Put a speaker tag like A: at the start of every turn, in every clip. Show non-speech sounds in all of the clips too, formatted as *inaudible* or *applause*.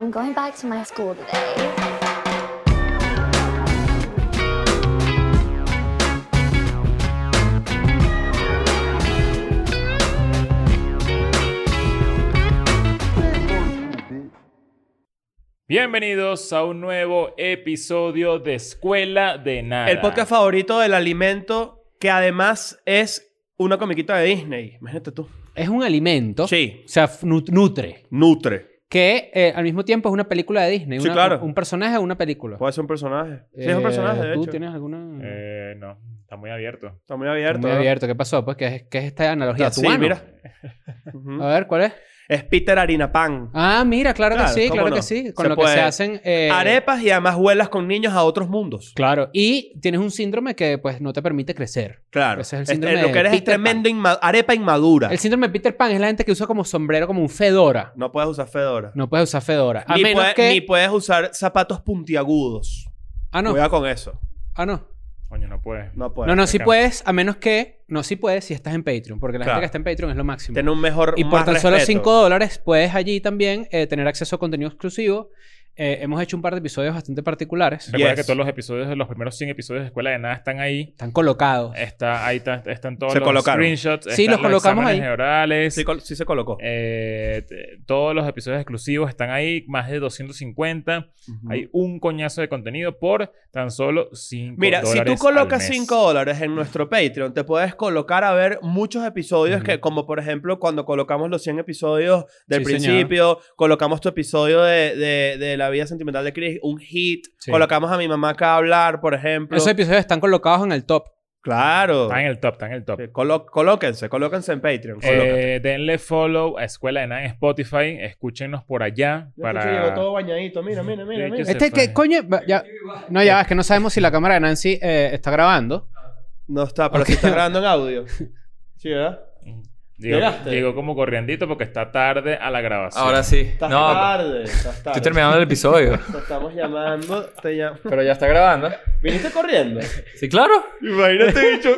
A: I'm going back to my school today.
B: Bienvenidos a un nuevo episodio de Escuela de Nada.
C: El podcast favorito del alimento, que además es una comiquita de Disney. Imagínate tú.
D: Es un alimento.
C: Sí.
D: O sea, f- nut- nutre.
C: Nutre.
D: Que eh, al mismo tiempo es una película de Disney.
C: Sí,
D: una-
C: claro.
D: Un personaje de una película.
C: Puede ser un personaje. sí, es un
D: Eh,
C: personaje, de
D: ¿Tú
C: hecho.
D: tienes alguna...?
B: Eh, no, está muy abierto.
C: Está muy abierto.
D: Muy
C: ¿no?
D: abierto. ¿Qué pasó? Pues, ¿qué es, qué es esta analogía?
C: Está- sí,
D: ¿Tuano?
C: mira.
D: *laughs*
C: Ujú.
D: A ver, ¿cuál es?
C: Es Peter Harina Pan.
D: Ah, mira, claro,
C: Claro,
D: que sí,
C: ¿cómo
D: claro
C: no?
D: que sí. Con
C: Se
D: lo que
C: puede.
D: se hacen... eh,
C: Arepas y además vuelas con niños a otros mundos.
D: Claro. Y tienes un síndrome que, pues, no te permite crecer.
C: Claro.
D: Ese es el
C: Este,
D: síndrome
C: lo que
D: de
C: eres es
D: Peter Pan.
C: tremendo inma- arepa inmadura.
D: El síndrome de Peter Pan es la gente que usa como sombrero, como un fedora.
C: No puedes usar fedora.
D: No puedes usar fedora. A
C: ni,
D: menos
C: puede-
D: que...
C: ni puedes usar zapatos puntiagudos.
D: Ah, no.
C: Cuidado con eso.
D: Ah, no.
B: Coño, no puede.
C: No puedes.
D: No, no, sí
B: acá.
D: puedes, a menos que... No, sí puedes si estás en Patreon. Porque la
C: Claro.
D: gente que está en Patreon es lo máximo.
C: Tiene un mejor.
D: Y por
C: más
D: tan solo
C: respeto.
D: 5 dólares puedes allí también eh, tener acceso a contenido exclusivo. Eh, hemos hecho un par de episodios bastante particulares.
B: Recuerda
C: Yes.
B: que todos los episodios, los primeros 100 episodios de Escuela de Nada están ahí.
D: Están colocados.
B: Está, ahí está- están todos
C: Se
B: los
C: colocaron.
B: screenshots.
D: Sí,
B: están
D: los colocamos
B: exámenes
D: ahí.
B: orales.
C: Sí, col- sí se colocó.
B: Eh, t- todos los episodios exclusivos están ahí, más de 250.
C: Ujú.
B: Hay un coñazo de contenido por tan solo 5
C: Mira, si tú
B: dólares
C: colocas
B: al mes.
C: 5 dólares en nuestro Patreon, te puedes colocar a ver muchos episodios que, como por ejemplo, cuando colocamos los 100 episodios
D: Sí,
C: del principio, colocamos tu episodio de, de- de La vida sentimental de Chris, un hit,
D: Sí.
C: colocamos a mi mamá acá a hablar, por ejemplo.
D: Esos episodios están colocados en el top.
C: Claro.
B: Está en el top, está en el top.
C: Sí, colo- colóquense, colóquense en Patreon. colócate.
B: Eh, denle follow a Escuela de Nada en Spotify. Escúchenos por allá.
C: Ya
B: para...
C: escucho, llegó todo bañadito. Mira, mira, mira.
B: Sí,
C: mira.
B: que se
D: Este,
B: fue.
D: que coño? Va- ya- no, ya, es que no sabemos si la cámara de Nancy eh, está grabando.
C: No está, pero sí está grabando en audio.
B: *laughs*
C: Sí, ¿verdad?
B: Mm, Llegó,
C: Llegaste.
B: llegó como corriendito porque está tarde a la grabación.
E: Ahora sí.
C: Estás
E: No,
C: tarde. Estás tarde.
E: estoy terminando el episodio.
C: Te estamos llamando. Te llam-
E: *laughs* Pero ya está grabando.
C: ¿Viniste corriendo?
E: Sí, claro.
C: Imagínate, bicho.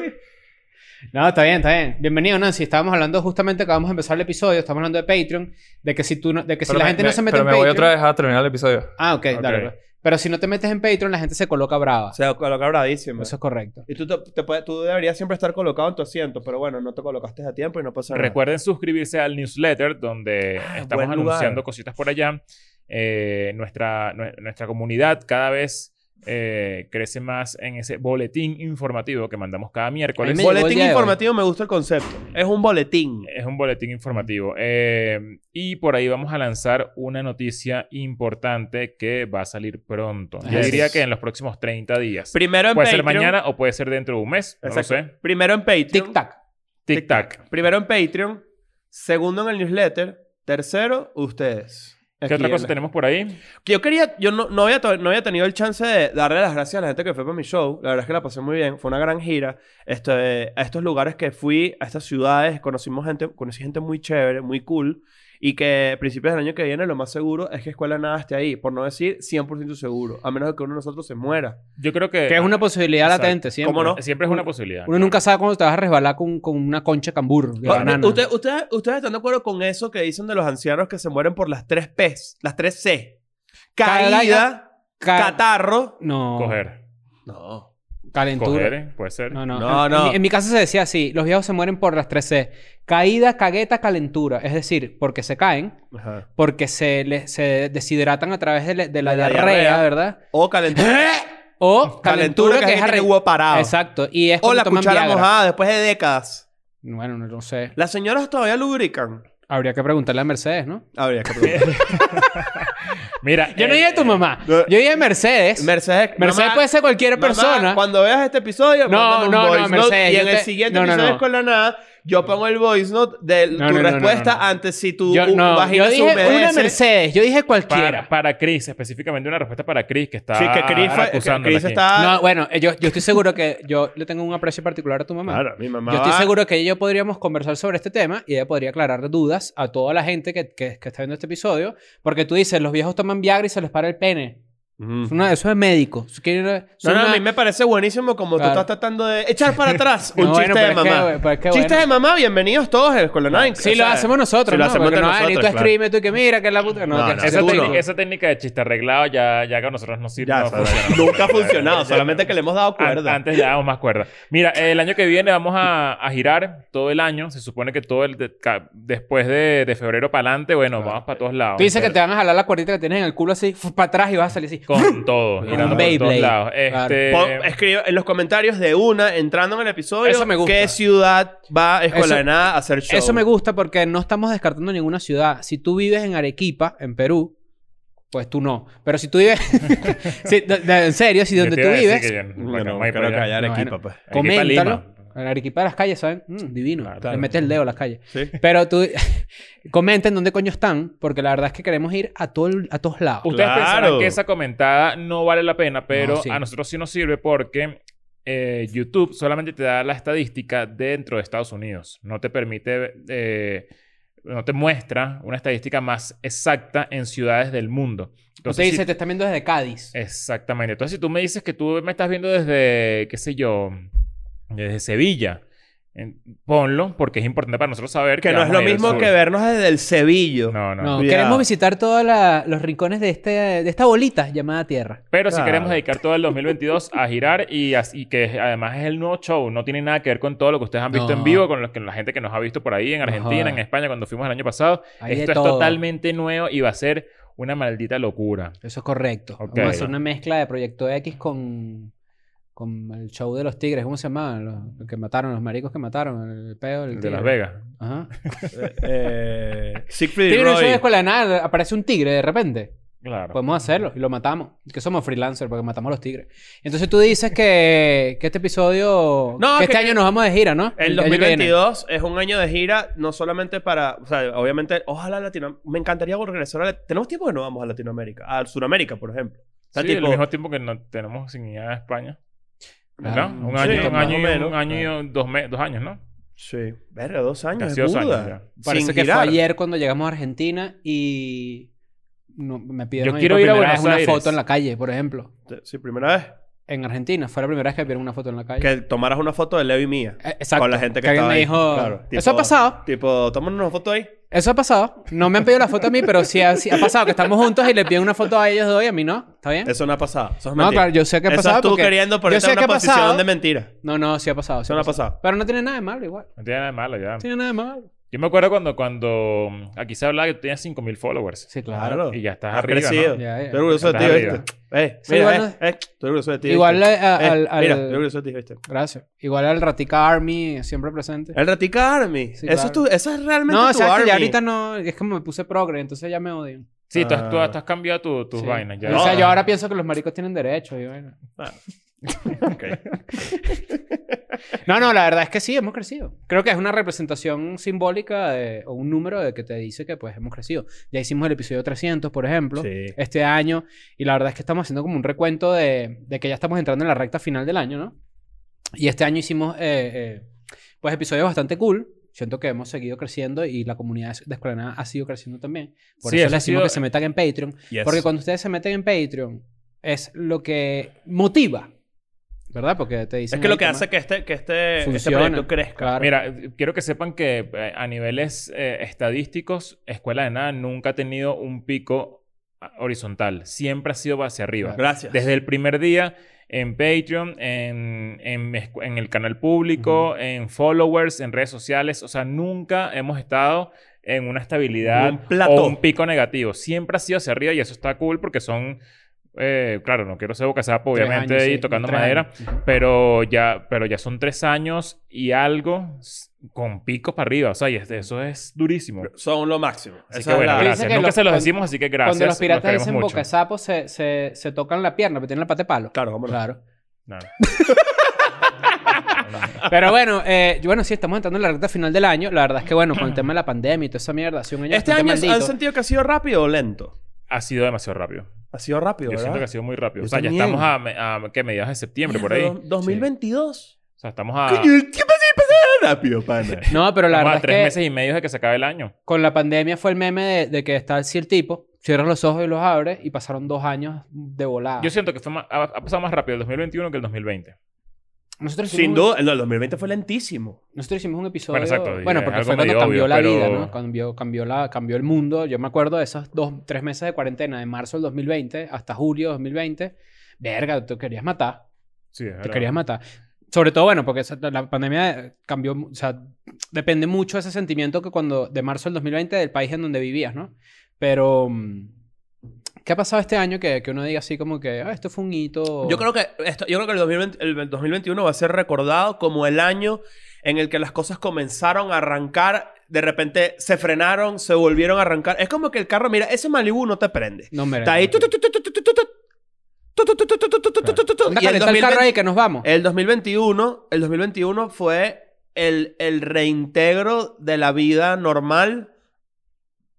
D: No, está bien, está bien. Bienvenido, Nancy. Estábamos hablando justamente, acabamos de empezar el episodio, estamos hablando de Patreon, de que si tú no- de que si
E: Pero
D: la
E: me-
D: gente
E: me-
D: no se mete
E: Pero
D: en
E: me
D: Patreon.
E: voy otra vez a terminar el episodio.
D: Ah, ok,
B: Ok.
D: dale. pues. Pero si no te metes en Patreon, la gente se coloca brava.
C: Se coloca bravísimo.
D: Eso es correcto.
C: Y tú, te, te puedes- tú deberías siempre estar colocado en tu asiento, pero bueno, no te colocaste a tiempo y no pasa nada.
B: Recuerden suscribirse al newsletter donde estamos
C: Ah, buen lugar.
B: anunciando cositas por allá. Eh, nuestra, nue- nuestra comunidad cada vez eh, crece más en ese boletín informativo que mandamos cada miércoles.
D: Ay, me- llegó el
C: boletín
D: día de
C: informativo, me gusta el concepto. Es un boletín.
B: Es un boletín informativo. Eh, y por ahí vamos a lanzar una noticia importante que va a salir pronto. Yo
D: Así
B: diría
D: es.
B: que en los próximos 30 días.
C: Primero en
B: Puede ser
C: Patreon.
B: mañana o puede ser dentro de un mes. No lo
C: Exacto.
B: sé.
C: Primero en Patreon.
D: Tic-tac.
B: Tic-tac.
C: Primero en Patreon. Segundo en el newsletter. Tercero, ustedes.
B: ¿Qué otra cosa tenemos
C: tenemos?
B: por ahí?
C: Que yo quería, yo no, no, había to- no había tenido el chance de darle las gracias a la gente que fue para mi show. La verdad es que la pasé muy bien. Fue una gran gira. Este, a estos lugares que fui, a estas ciudades, conocimos gente, conocí gente muy chévere, muy cool. Y que a principios del año que viene lo más seguro es que Escuela de Nada esté ahí. Por no decir 100% seguro. A menos de que uno de nosotros se muera.
B: Yo creo que...
D: Que es una posibilidad
B: Exacto.
D: latente siempre.
C: ¿Cómo no?
B: Siempre es una posibilidad.
D: Uno nunca sabe cuándo te vas a resbalar con, con una concha cambur de banana.
C: Ah, ¿Usted- usted- ¿Ustedes están de acuerdo con eso que dicen de los ancianos que se mueren por las tres P's? Las tres C. Caída,
D: Ca-
C: catarro.
D: No.
B: Coger.
C: No.
D: Calentura.
B: Coger, ¿eh? puede ser.
D: No, no.
C: No,
D: en,
C: no.
D: En, mi, en mi casa se decía así. Los viejos se mueren por las 3C. Caída, cagueta, calentura. Es decir, porque se caen,
C: Ajá.
D: porque se, le- se deshidratan a través de, la- de la,
C: La
D: diarrea,
C: diarrea.
D: ¿verdad?
C: O
D: ¿Eh?
C: calentura.
D: O
C: Calentura, que, es el
D: arre-
C: huevo parado.
D: Exacto. Y es
C: O
D: cuando
C: la
D: toman
C: cuchara
D: Viagra.
C: mojada después de décadas.
D: Bueno, no lo sé.
C: Las señoras todavía lubrican.
D: Habría que preguntarle a Mercedes, ¿no?
C: Habría
D: *laughs*
C: que preguntar.
B: Mira,
D: Yo no
B: eh,
D: dije a tu mamá.
C: no.
D: Yo dije a Mercedes.
C: Mercedes,
D: Mercedes
C: mamá,
D: puede ser cualquier
C: mamá,
D: persona.
C: Cuando veas este episodio,
D: No,
C: mándame un
D: no, no,
C: voice note.
D: Mercedes,
C: Y
D: yo
C: en el
D: te-
C: siguiente
D: no, no,
C: episodio
D: no.
C: de Escuela Nada, yo pongo el voice note de
D: No,
C: tu
D: no, no, no,
C: respuesta
D: no, no.
C: antes si tu
D: Yo,
C: u-
D: no,
C: vagina
D: yo
C: se
D: dije una
C: humedece.
D: Mercedes, yo dije cualquiera.
B: Para, para Chris, específicamente una respuesta para Chris que está
C: Sí, que Cris, fue- que
B: acusándola
C: Cris
B: aquí.
C: está...
D: No, bueno, eh, yo, yo estoy seguro que yo le tengo un aprecio particular a tu mamá.
C: Claro, mi mamá
D: Yo estoy
C: va-
D: seguro que ella y yo podríamos conversar sobre este tema y ella podría aclarar dudas a toda la gente que, que- que está viendo este episodio. Porque tú dices, los viejos toman Viagra y se les para el pene.
C: Ujú.
D: Es una- eso es médico. Eso quiere- eso
C: No,
D: es
C: no,
D: una-
C: a mí me parece buenísimo como
D: Claro.
C: tú estás tratando de echar
D: *laughs*
C: para atrás un
D: No, bueno,
C: chiste
D: pero
C: de
D: es que,
C: mamá.
D: güey, pero es que
C: Chistes
D: bueno.
C: de mamá, bienvenidos todos en Escuela Nine.
D: Sí,
C: O
D: lo
C: sea,
D: hacemos nosotros,
C: si lo
D: ¿no?
C: hacemos
D: Porque
C: entre
D: no, ah, ni tú
C: nosotros, claro.
D: escríbeme, tú que mira, que la puta... No,
C: No,
D: que
C: no,
D: eso
B: Esa,
C: tú
D: es
B: técnica-
C: no.
B: esa técnica de chiste arreglado ya, ya que a nosotros nos sirve.
C: Ya,
B: no
C: o sea,
B: funciona. *laughs*
C: nunca ha funcionado, solamente que le hemos dado
B: An-
C: cuerda.
B: Antes le dábamos más cuerda. Mira, el año que viene vamos a, a girar todo el año. Se supone que todo el de- ca- después de, de febrero para adelante, bueno, vamos para todos lados.
D: Tú dices que te van a jalar la cuerdita que tienes en el culo así, para atrás y vas a salir así.
B: *laughs* con todo, girando por todos
D: Beyblade.
B: lados.
D: Claro.
B: Este,
C: Pon- escribe en los comentarios de una, entrando en el episodio,
D: Eso me gusta.
C: qué ciudad va
D: Eso-
C: Escuela de Nada a hacer show.
D: Eso me gusta porque no estamos descartando ninguna ciudad. Si tú vives en Arequipa, en Perú, pues tú no. Pero si tú vives... *laughs*
B: *laughs*
D: Sí, de- de- en serio, si
B: yo
D: donde
B: te
D: tú
B: iba a decir
D: vives,
B: que yo no- bueno,
C: Bueno,
B: vamos a ir
C: creo
B: para
C: que
B: allá.
C: allá
D: No,
C: Arequipa,
D: bueno.
C: pues.
B: Arequipa, Lima.
D: coméntalo. En Arequipa de las calles, ¿saben? Mm, divino.
B: Claro.
D: Le mete el dedo a las calles.
C: Sí.
D: Pero tú... *laughs* comenten dónde coño están, porque la verdad es que queremos ir a, todo, el- a todos lados.
B: Ustedes
C: Claro.
B: pensarán que esa comentada no vale la pena, pero
D: No, sí.
B: a nosotros sí nos sirve porque eh, YouTube solamente te da la estadística dentro de Estados Unidos. No te permite, eh, no te muestra una estadística más exacta en ciudades del mundo.
D: Tú
B: Entonces,
D: te
B: si-
D: dice, te están viendo desde Cádiz.
B: Eh, Exactamente. Entonces, si tú me dices que tú me estás viendo desde, qué sé yo, desde Sevilla, en- ponlo porque es importante para nosotros saber
C: Que no es
B: vamos
C: lo
B: a ir al
C: mismo
B: sur.
C: que vernos desde el Sevillo.
B: No, no.
D: No,
C: Ya.
D: queremos visitar todos la- los rincones de, este, de esta bolita llamada Tierra.
B: Pero si
C: Claro.
B: queremos dedicar todo el 2022 a girar y, as- y que además es el nuevo show, no tiene nada que ver con todo lo que ustedes han visto
D: No.
B: en vivo, con, los que- la gente que nos ha visto por ahí en Argentina,
D: Ajá.
B: en España, cuando fuimos el año pasado.
D: Hay de
B: Esto es
D: todo.
B: totalmente nuevo y va a ser una maldita locura.
D: Eso es correcto.
B: Ok.
D: Vamos a hacer una mezcla de Proyecto X con, con el show de los tigres. ¿Cómo se llama? Los, los que mataron, los maricos que mataron. El pedo del
B: El de
D: tigre.
B: Las Vegas.
D: Ajá.
C: Eh, Siegfried y
D: Tiene un show de
C: Roy.
D: escuela de nada. Aparece un tigre de repente.
B: Claro.
D: Podemos hacerlo y lo matamos. Que somos freelancers porque matamos a los tigres. Entonces tú dices que, que este episodio...
C: No,
D: que este
C: que-
D: año nos vamos de gira, ¿no?
C: El
D: año que viene.
C: 2022 es un año de gira, no solamente para. O sea, obviamente, ojalá Latinoamérica. Me encantaría regresar a. la- Tenemos tiempo que no vamos a Latinoamérica, a Sudamérica, por ejemplo. O sea,
B: Sí,
C: tipo,
B: al mismo tiempo que no tenemos sin ir a España.
D: Claro.
B: ¿No? Un
D: Ah, Sí,
B: año, un
D: más
B: año,
C: o
B: y un-
C: menos.
B: un año y dos, me- dos años, ¿no?
C: Sí, verga, dos años.
B: Casi
C: es
B: dos años
C: burda.
B: ya.
D: Parece
C: Sin
D: que
C: girar.
D: fue ayer cuando llegamos a Argentina y no, me pidieron
B: Yo
D: ahí
B: quiero
D: por
B: ir a
D: primera
B: Buenos
D: vez una
B: Aires.
D: foto en la calle, por ejemplo.
C: Sí, primera vez.
D: En Argentina, fue la primera vez que me pidieron una foto en la calle.
C: Que tomaras una foto de Leo y mía.
D: Eh, Exacto.
C: Con la gente que,
D: alguien
C: estaba
D: me
C: ahí.
D: dijo,
C: Claro, tipo-
D: eso ha pasado,
C: Tipo, tómanos una foto ahí.
D: eso ha pasado. No me han pedido la foto a mí, pero sí ha, sí ha pasado que estamos juntos y le piden una foto a ellos dos y a mí no. ¿Está bien?
C: Eso no ha pasado. Eso es
D: no,
C: mentira.
D: claro, yo sé que ha
C: Eso
D: pasado.
C: es tú
D: porque-
C: queriendo
D: yo
C: ponerte
D: sé
C: en
D: que
C: una
D: ha pasado.
C: posición de mentira.
D: No, no, sí ha pasado. sí
C: Eso
D: ha
C: no ha
D: pasado.
C: pasado.
D: Pero no tiene nada de malo igual. No
B: No tiene nada de malo ya.
D: tiene nada de malo.
B: Yo me acuerdo cuando, cuando mm, aquí se hablaba que tú tenías 5.000 followers.
D: Sí, claro.
B: Y ya estás
C: Has
B: arriba,
C: crecido.
B: ¿no?
D: Ya, ya.
C: Estoy orgulloso de ti,
B: Estás arriba.
C: ¿viste? Ey,
D: Sí,
C: mira,
D: igual
C: eh, eh, estoy orgulloso de ti.
D: Igual
C: ¿viste?
D: eh, a-
C: Eh,
D: al... al-
C: Mira, estoy orgulloso de ti, ¿viste?
D: Gracias. Igual al Ratica Army, siempre presente.
C: El Ratica Army.
D: Sí,
C: eso, es
D: claro.
C: tu- eso es realmente
D: No,
C: tu
D: o sea, que
C: Army.
D: ya ahorita no. Es que me puse progre, entonces ya me odian.
B: Sí, tú, has, tú,
C: Ah.
B: has- tú has cambiado tu- tus
D: Sí.
B: vainas. Ya. Ah.
D: O sea,
C: No.
D: yo ahora pienso que los maricos tienen derechos. y bueno. *laughs*
C: Ok.
D: No, no, la verdad es que sí, hemos crecido. Creo que es una representación simbólica de- o un número de que te dice que pues hemos crecido. Ya hicimos el episodio 300, por ejemplo,
C: Sí.
D: este año. Y la verdad es que estamos haciendo como un recuento de, de que ya estamos entrando en la recta final del año, ¿no? Y este año hicimos eh, eh, pues episodios bastante cool. Siento que hemos seguido creciendo y la comunidad de Escuela de Nada ha sido creciendo también. Por
B: Sí,
D: eso
B: eso ha
D: les decimos
B: sido-
D: que se metan en Patreon.
C: Yes.
D: Porque cuando ustedes se meten en Patreon, es lo que motiva, ¿verdad? Porque te dicen.
C: Es que lo que
D: "Ay, toma".
C: hace que este, que este, este
D: Funciona.
C: proyecto crezca.
D: Claro.
B: Mira, eh, quiero que sepan que eh, a niveles eh, estadísticos, Escuela de Nada nunca ha tenido un pico ah, horizontal. Siempre ha sido hacia arriba.
C: Gracias.
B: Desde el primer día en Patreon, en, en, escu- en el canal público, en followers, en redes sociales. O sea, nunca hemos estado en una estabilidad
C: Un plató.
B: o un pico negativo. Siempre ha sido hacia arriba y eso está cool porque son... eh, claro, no quiero ser boca sapo,
D: Tres
B: obviamente,
D: años,
B: y
D: sí,
B: tocando
D: tres
B: madera.
D: años.
B: Pero ya, pero ya son tres años y algo s- con picos para arriba. O sea, y es- eso es durísimo.
C: Son lo máximo.
B: Así
C: Esa
B: que
C: es
B: bueno,
C: la-
D: Dice
B: gracias.
D: que
B: Nunca
D: los-
B: se los
D: cuando-
B: decimos, así que gracias.
D: Cuando los piratas
B: queremos
D: dicen
B: mucho.
D: boca sapo, se, se, se tocan la pierna, pero tienen la pata de palo.
C: Claro, vámonos.
D: Claro.
B: No.
D: Pero bueno, eh, yo- bueno, sí, estamos entrando en la recta final del año. La verdad es que, bueno, con el tema de la pandemia y toda esa mierda, ha sido un año
C: Este año
D: bastante
C: han
D: maldito.
C: sentido que ha sido rápido o lento.
B: Ha sido demasiado rápido.
C: Ha sido rápido,
B: Yo
C: ¿verdad?
B: siento que ha sido muy rápido.
C: Yo
B: o sea,
C: también.
B: ya estamos a, me- a ¿qué? mediados de septiembre por ahí.
C: Dos- 2022.
B: O sea, estamos a,
C: Coño, el tiempo así pasado rápido, pana.
D: No, pero la
B: estamos a
D: verdad
B: tres
D: es que
B: meses y medio de que se acabe el año.
D: con la pandemia fue el meme de, de que está si el tipo cierras los ojos y los abres y pasaron dos años de volada.
B: Yo siento que fue más- ha, ha pasado más rápido el 2021 que el 2020.
D: Nosotros
C: Sin
D: hicimos-
C: duda, el del 2020 fue lentísimo.
D: Nosotros hicimos un episodio.
B: Bueno,
D: Bueno,
B: exacto, y es
D: porque
B: algo
D: fue cuando
B: medio
D: cambió
B: obvio,
D: la vida,
B: pero-
D: ¿no? Cambió, cambió, la, cambió el mundo. Yo me acuerdo de esos dos, tres meses de cuarentena, de marzo del 2020 hasta julio del 2020. Verga, tú querías matar.
B: Sí, es
D: Te
B: verdad.
D: querías matar. Sobre todo, bueno, porque esa- la pandemia cambió, o sea, depende mucho de ese sentimiento que cuando, de marzo del 2020, del país en donde vivías, ¿no? Pero, mm, ¿qué ha pasado este año que, que uno diga así como que, ah, esto fue un hito?
C: Yo creo que, esto, yo creo que el, 2020 el 2021 va a ser recordado como el año en el que las cosas comenzaron a arrancar, de repente se frenaron, se volvieron a arrancar. Es como que el carro, mira, ese Malibu no te prende.
D: No, me
C: Está ahí. tu, tu, tu, tu, tu, tu, tu, tu, tu, tu, tu, tu, tu, tu, tu, tu, tu, tu, tu.
D: Anda,
C: Y el
D: calentó el
C: 2020
D: carro ahí que nos vamos.
C: El 2021, el 2021 fue el, el reintegro de la vida normal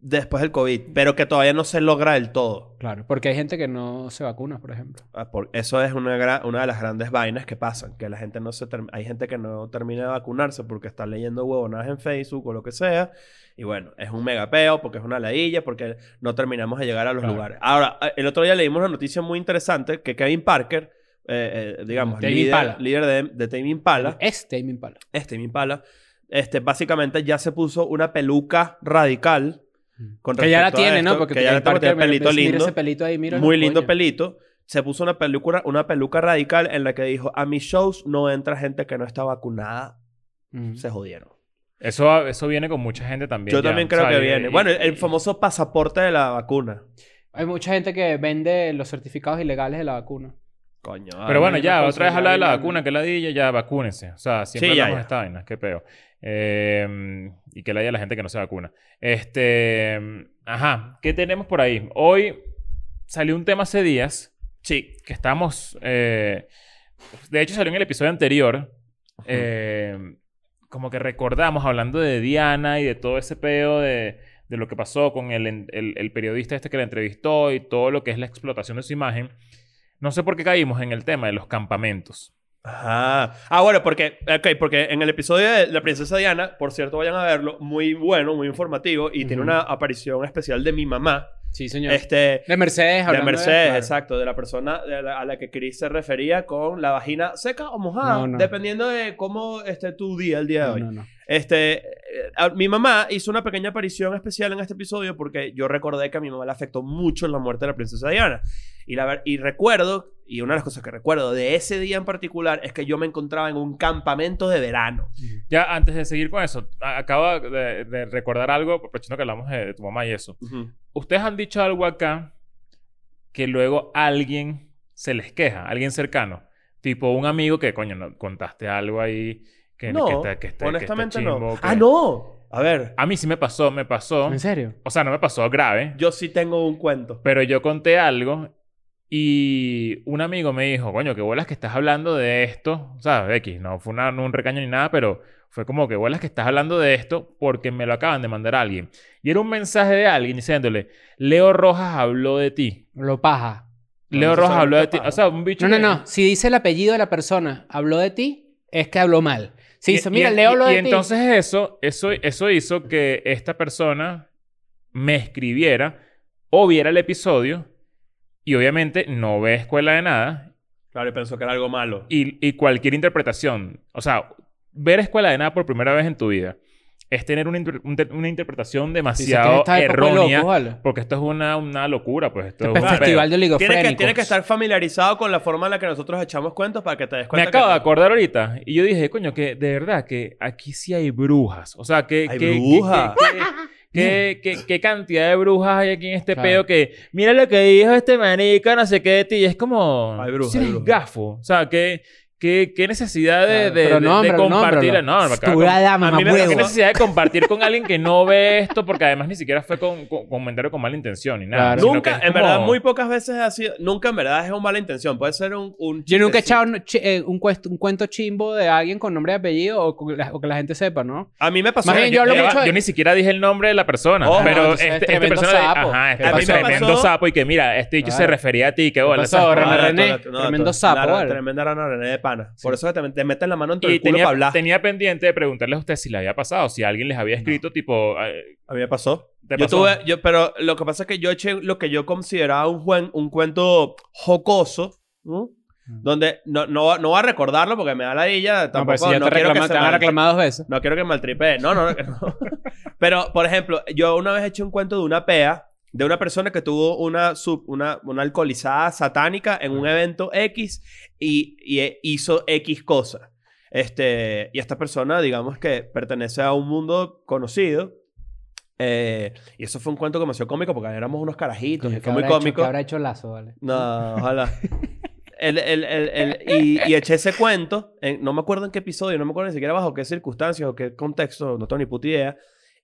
C: después del COVID, pero que todavía no se logra del todo.
D: Claro, porque hay gente que no se vacuna, por ejemplo.
C: Ah, por- Eso es una, gra- una de las grandes vainas que pasan, que la gente no se term- hay gente que no termina de vacunarse porque está leyendo huevonadas en Facebook o lo que sea, y bueno, es un megapeo porque es una ladilla, porque no terminamos de llegar a los
B: Claro.
C: lugares. Ahora, a- el otro día leímos una noticia muy interesante que Kevin Parker, eh, eh, digamos,
D: Tame Impala.
C: líder, líder de, de Tame Impala,
D: Este Tame Impala.
C: este mi Impala, este básicamente ya se puso una peluca radical
B: Mm.
C: con
D: Que ya la
C: respecto a
D: tiene,
C: esto,
D: ¿no? Porque
C: que ya la tiene,
D: Parker,
C: tiene
D: mira,
C: pelito
D: ves, mira
C: lindo,
D: ese pelito ahí, mira.
C: muy
D: coño.
C: lindo pelito. Se puso una peluca, una peluca radical en la que dijo, a mis shows no entra gente que no está vacunada,
D: Mm.
C: se jodieron.
B: Eso, eso viene con mucha gente también.
C: Yo
B: ya,
C: también creo
B: ¿sabes?
C: que
B: Y-
C: viene. bueno,
B: y-
C: el famoso pasaporte de la vacuna.
D: Hay mucha gente que vende los certificados ilegales de la vacuna.
C: Coño.
B: Pero bueno, ya,
D: una
B: otra
C: pues,
B: vez habla de la
D: responsabilidad
B: vacuna,
D: grande.
B: que la dilla, ya vacúnense. O sea, siempre
C: Sí, ya,
B: hablamos de
C: ya.
B: esta vaina, qué peo. Eh, y que la haya la gente que no se vacuna. Este. Ajá, ¿qué tenemos por ahí? Hoy salió un tema hace días
C: Sí.
B: que estamos. eh, de hecho, salió en el episodio anterior. eh, como que recordamos, hablando de Diana y de todo ese peo de, de lo que pasó con el, en- el- el periodista este que la entrevistó y todo lo que es la explotación de su imagen. No sé por qué caímos en el tema de los campamentos.
C: Ajá. Ah, bueno, porque, ok, porque en el episodio de La Princesa Diana, por cierto, vayan a verlo, muy bueno, muy informativo, y tiene
D: Ujú.
C: una aparición especial de mi mamá.
D: Sí, señor.
C: Este,
D: De Mercedes, hablando
C: de Mercedes,
D: claro.
C: exacto, de la persona de la- a la que Chris se refería con la vagina seca o mojada,
D: No, no.
C: dependiendo de cómo esté tu día el día de
D: No,
C: hoy.
D: no, no.
C: Este, eh, a- mi mamá hizo una pequeña aparición especial en este episodio porque yo recordé que a mi mamá le afectó mucho la muerte de la princesa Diana. Y, la, ver- y recuerdo, y una de las cosas que recuerdo de ese día en particular es que yo me encontraba en un campamento de verano.
B: Ya, antes de seguir con eso, a- acabo de, de recordar algo, aprovechando que hablamos de, de tu mamá y eso. Ustedes han dicho algo acá que luego alguien se les queja, alguien cercano. Tipo un amigo que, coño, no, contaste algo ahí que,
C: No,
B: que está, que está- que está
C: Honestamente no.
B: chimbo, que-
C: Ah, no. A ver,
B: A mí sí me pasó, me pasó.
D: ¿En serio?
B: O sea, no me pasó grave,
C: yo sí tengo un cuento.
B: pero yo conté algo y un amigo me dijo, coño, qué bolas que estás hablando de esto. O sea, X, no fue una- no un recaño ni nada, pero fue como que bolas que estás hablando de esto porque me lo acaban de mandar a alguien. Y era un mensaje de alguien diciéndole, Leo Rojas habló de ti.
D: Lo paja.
C: No
B: Leo Rojas habló de ti.
C: necesariamente
B: O sea, un bicho.
D: No, no,
B: que-
D: no. Si dice el apellido de la persona, habló de ti, es que habló mal. Si
B: Y-
D: dice,
B: y-
D: mira,
B: y-
D: Leo habló
B: Y,
D: de ti.
B: entonces eso, eso, eso hizo que esta persona me escribiera o viera el episodio. Y obviamente no ve escuela de nada.
C: Claro, y pensó que era algo malo.
B: Y, y cualquier interpretación. O sea, ver escuela de nada por primera vez en tu vida es tener una, inter- un- una interpretación
D: Dice, ¿quién
B: demasiado
D: está de Papo de
B: errónea.
D: Locos, vale?
B: porque esto es una, una locura, pues.
D: Este
B: Esto es un
D: es
B: peo.
D: festival de
C: Tienes que,
D: oligofrénicos.
C: tienes que estar familiarizado con la forma en la que nosotros echamos cuentos para que te des
B: Me
C: cuenta.
B: acabo
C: que-
B: de acordar ahorita. Y yo dije, coño, que de verdad que aquí sí hay brujas. O sea, que...
C: Hay
B: que- que-
C: brujas.
B: que- que- ¿Qué, qué, qué cantidad de brujas hay aquí en este
D: Claro.
B: pedo que... Mira lo que dijo este marica, no sé qué de ti. Y es como...
C: Hay brujas,
B: si
C: hay
B: eres
C: brujas.
B: gafo. O sea, qué, qué, qué necesidad de,
D: Claro,
B: de-
D: pero
B: de- de
D: nómbralo,
B: compartir...
D: nómbralo.
B: No, me acabo
D: Tú
B: de-
D: la dama,
C: A mí me-
D: huevo.
B: ¿Qué necesidad de compartir con alguien que no ve esto? Porque además ni siquiera fue con, con- con comentario con mala intención ni nada.
D: Claro.
B: sino
C: Nunca,
B: que es
C: en
B: como-
C: verdad, muy pocas veces ha sido. Nunca, en verdad, es una mala intención. Puede ser un. un
D: Yo nunca he echado
C: chistecito.
D: un, chi- eh, un cuest- un cuento chimbo de alguien con nombre y apellido o, con la- o que la gente sepa, ¿no?
C: A mí me pasó.
D: Más bien, yo hablo
B: Ya va,
D: mucho de-
B: yo ni siquiera dije el nombre de la persona.
C: Oh,
B: pero
D: no,
B: este,
D: entonces es
B: esta
D: tremendo
B: persona... de-
D: sapo.
B: Ajá, este
D: A mí
B: es
D: me
B: tremendo
C: pasó-
B: sapo. Y que mira, este dicho se
D: Claro.
B: refería a ti. Qué
D: ¿Qué
B: bola.
D: pasó,
B: ¿sabes?
D: René?
C: No, no,
D: René,
C: no, no, no,
D: tremendo
C: no,
D: sapo,
C: no,
D: ¿vale?
C: Tremenda rana René de panas. Por eso te, te meten la mano entre
B: Y
C: el culo
B: tenía,
C: para hablar.
B: tenía pendiente de preguntarles a ustedes si les había pasado, si alguien les había escrito, tipo, eh,
C: A mí me pasó.
B: ¿te
C: Yo
B: pasó?
C: tuve, yo, pero lo que pasa es que yo eché lo que yo consideraba un, juen- un cuento jocoso, ¿no?
D: Mm.
C: donde no, no, no voy a recordarlo porque me da la illa.
D: No, pero
C: Tampoco,
D: si ya
C: no
D: te,
C: quiero
D: reclama-
C: que se
D: te van a
C: mal-
D: reclamar dos veces.
C: No quiero que me maltripee. No, no, no, que no. *laughs* Pero, por ejemplo, yo una vez eché un cuento de una pea de una persona que tuvo una, sub- una, una alcoholizada satánica en un evento X y, y eh, hizo X cosa. Este, y esta persona, digamos que pertenece a un mundo conocido. Eh, y eso fue un cuento demasiado cómico porque éramos unos carajitos. y
D: ¿Qué
C: fue muy
D: habrá hecho-
C: cómico.
D: qué habrá hecho Lazo, vale?
C: No, ojalá. El, el, el, el- y, y eché ese cuento, en- no me acuerdo en qué episodio, no me acuerdo ni siquiera bajo qué circunstancias o qué contexto, no tengo ni puta idea.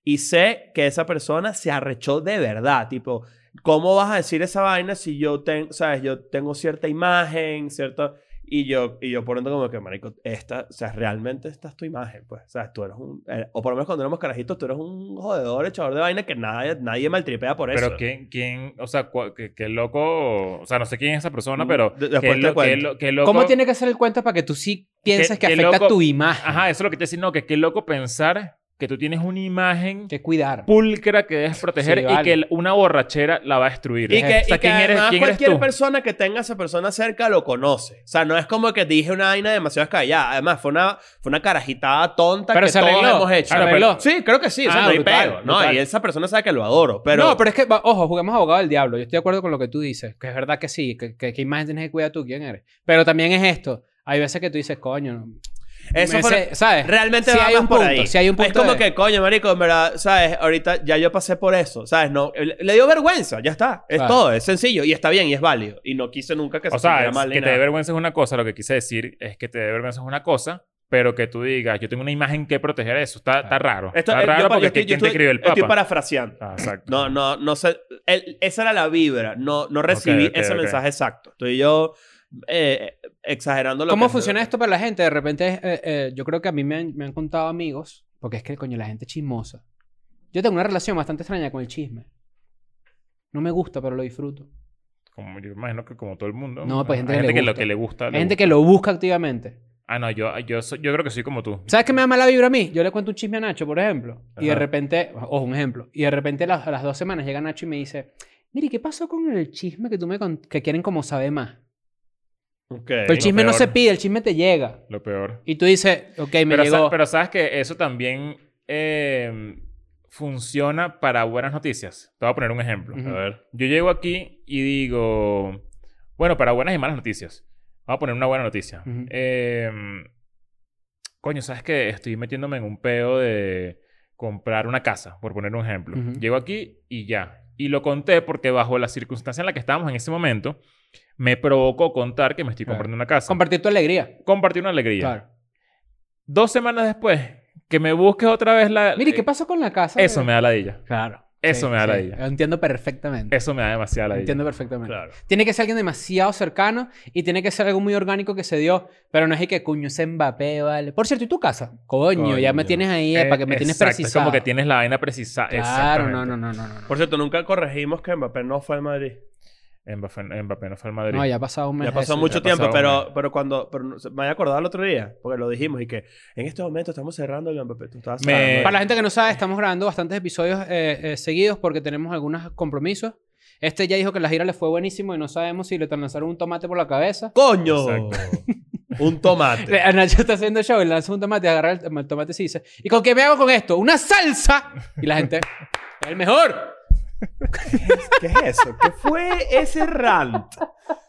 C: Y sé que esa persona se arrechó de verdad, tipo, ¿cómo vas a decir esa vaina si yo, ten, sabes, yo tengo cierta imagen, cierta... Y yo, y yo por dentro como que, marico, esta, o sea, realmente esta es tu imagen, pues, o sea, tú eres un... eh, o por lo menos cuando éramos carajitos, tú eres un jodedor, echador de vaina que nadie, nadie maltripea por eso.
B: Pero quién, quién, o sea, cua- qué, qué loco, o sea, no sé quién es esa persona, pero
C: Mm, De-
B: qué,
C: después te
B: lo- qué
C: cuento.
B: lo- qué loco.
D: ¿Cómo tiene que ser el cuento para que tú sí pienses
B: Qué-
D: que
B: qué
D: afecta
B: loco-
D: tu imagen?
B: Ajá, eso es lo que te decía, no, que qué loco pensar que tú tienes una imagen
D: Que cuidar.
B: pulcra que debes proteger
D: Sí,
B: y
D: vale.
B: que el- una borrachera la va a destruir.
C: Y que,
B: o sea,
C: y que
B: ¿quién eres,
C: además
B: quién eres
C: cualquier
B: tú?
C: persona que tenga a esa persona cerca lo conoce. O sea, no es como que dije una vaina demasiado escabellada. Además, fue una, fue una carajitada tonta
D: Pero
C: que
D: se
C: todos
D: arregló.
C: hemos hecho.
D: Se arregló.
C: Sí, creo que sí. o sea,
D: Ah,
C: no hay
D: brutal,
C: pedo, ¿no?
D: brutal.
C: Y esa persona sabe que lo adoro. Pero,
D: No, pero es que, va- ojo, juguemos abogado del diablo. Yo estoy de acuerdo con lo que tú dices. Que es verdad que sí. Que, que- que imagen tienes que cuidar tú? ¿Quién eres? Pero también es esto. Hay veces que tú dices, coño, no.
C: eso
D: me
C: fue...
D: sé- ¿sabes?
C: Realmente
D: Sí
C: va
D: hay
C: más
D: un
C: por
D: punto,
C: ahí.
D: sí hay un
C: Es
D: punto
C: como
D: de-
C: que, coño, marico, en verdad, ¿sabes? Ahorita ya yo pasé por eso, ¿sabes? No, le, le dio vergüenza, ya está. Es
D: Claro.
C: todo, es sencillo y está bien y es válido. Y no quise nunca que
B: O
C: se
B: sea,
C: sintiera
B: es-
C: mal ni
B: que te dé
C: nada.
B: vergüenza es una cosa, lo que quise decir es que te dé vergüenza es una cosa, pero que tú digas, yo tengo una imagen que proteger, eso está, está raro.
C: Esto-
B: está
C: eh, yo
B: raro
C: pa- yo
B: porque
C: estoy- yo
B: ¿quién te
C: estoy-
B: escribió el
C: Estoy
B: Papa?
C: parafraseando.
B: Ah, exacto.
C: No, no, no sé. el- esa era la vibra. No, no recibí
B: Ok, ok,
C: ese
B: ok.
C: mensaje exacto. Estoy yo eh, exagerando lo
D: ¿Cómo
C: que-
D: funciona esto para la gente? De repente, eh, eh, yo creo que a mí me han, me han contado amigos, porque es que, coño, la gente es chismosa. Yo tengo una relación bastante extraña con el chisme. No me gusta, pero lo disfruto.
B: Ah, Como, yo imagino que como todo el mundo.
D: No, pues,
B: Hay
D: gente que le
B: que, lo
D: gusta.
B: que le gusta.
D: Hay
B: le
D: gente
B: gusta.
D: que lo busca activamente.
B: Ah, no, yo, yo, soy- yo creo que soy como tú.
D: ¿Sabes qué me da mala vibra a mí? Yo le cuento un chisme a Nacho, por ejemplo. Y de
B: Ajá.
D: repente, ojo, un ejemplo. Y de repente a las, a las dos semanas llega Nacho y me dice, mire, ¿qué pasó con el chisme que tú me cont- que quieren como saber más?
C: Ok.
D: Pero el
B: lo
D: chisme no
B: peor.
D: se pide, el chisme te llega.
B: Lo peor.
D: Y tú dices, ok, me
B: Pero,
D: llegó.
B: sa- pero sabes que eso también eh, funciona para buenas noticias. Te voy a poner un ejemplo.
D: Ujú.
B: A ver. Yo llego aquí y digo, bueno, para buenas y malas noticias. Vamos a poner una buena noticia.
D: Ujú.
B: Eh, coño, sabes que estoy metiéndome en un peo de comprar una casa, por poner un ejemplo.
D: Ujú.
B: Llego aquí y ya. Y lo conté porque bajo la circunstancia en la que estábamos en ese momento, me provocó contar que me estoy
D: Claro.
B: comprando una casa.
D: Compartir tu alegría.
B: Compartir una alegría.
D: Claro.
B: Dos semanas después, que me busques otra vez la.
D: Mire, ¿qué pasó con la casa?
B: Eh, Eso me da ladilla.
D: Claro.
B: Eso me da la idea.
D: Entiendo perfectamente.
B: Eso me da demasiada ladilla.
D: Entiendo perfectamente.
C: Claro.
D: Tiene que ser alguien demasiado cercano y tiene que ser algo muy orgánico que se dio. Pero no es y que cuño ese Mbappé, vale. Por cierto, ¿y tu casa? Coño, ya me
B: Coño.
D: tienes ahí,
B: Eh,
D: para que me tienes
B: exacto,
D: precisado.
B: Es como que tienes la vaina precisa.
D: Claro, no, no, no, no, no. no.
C: Por cierto, nunca corregimos que Mbappé no fue al Madrid.
B: Mbappé, Mbappé no fue al Madrid.
D: No, ya ha pasado un mes.
C: Ya
D: de
C: pasó
D: eso.
C: mucho
B: ya
C: tiempo,
B: pasó un
C: pero,
B: mes.
C: pero cuando pero no- se- me había acordado el otro día, porque lo dijimos y que en este momento estamos cerrando el Mbappé. Tú estabas
B: Me-
C: cerrando.
D: Para la gente que no sabe, estamos grabando bastantes episodios eh, eh, seguidos porque tenemos algunos compromisos. Este ya dijo que la gira le fue buenísimo y no sabemos si le lanzaron un tomate por la cabeza.
C: ¡Coño!
B: Exacto.
C: Un
D: *laughs*
C: tomate.
D: A Nacho está haciendo show y le lanza un tomate, agarra el, el tomate y dice, ¿y con qué me hago con esto? ¡Una salsa! Y la gente, ¡el mejor!
C: ¿Qué es eso? ¿Qué fue ese rant?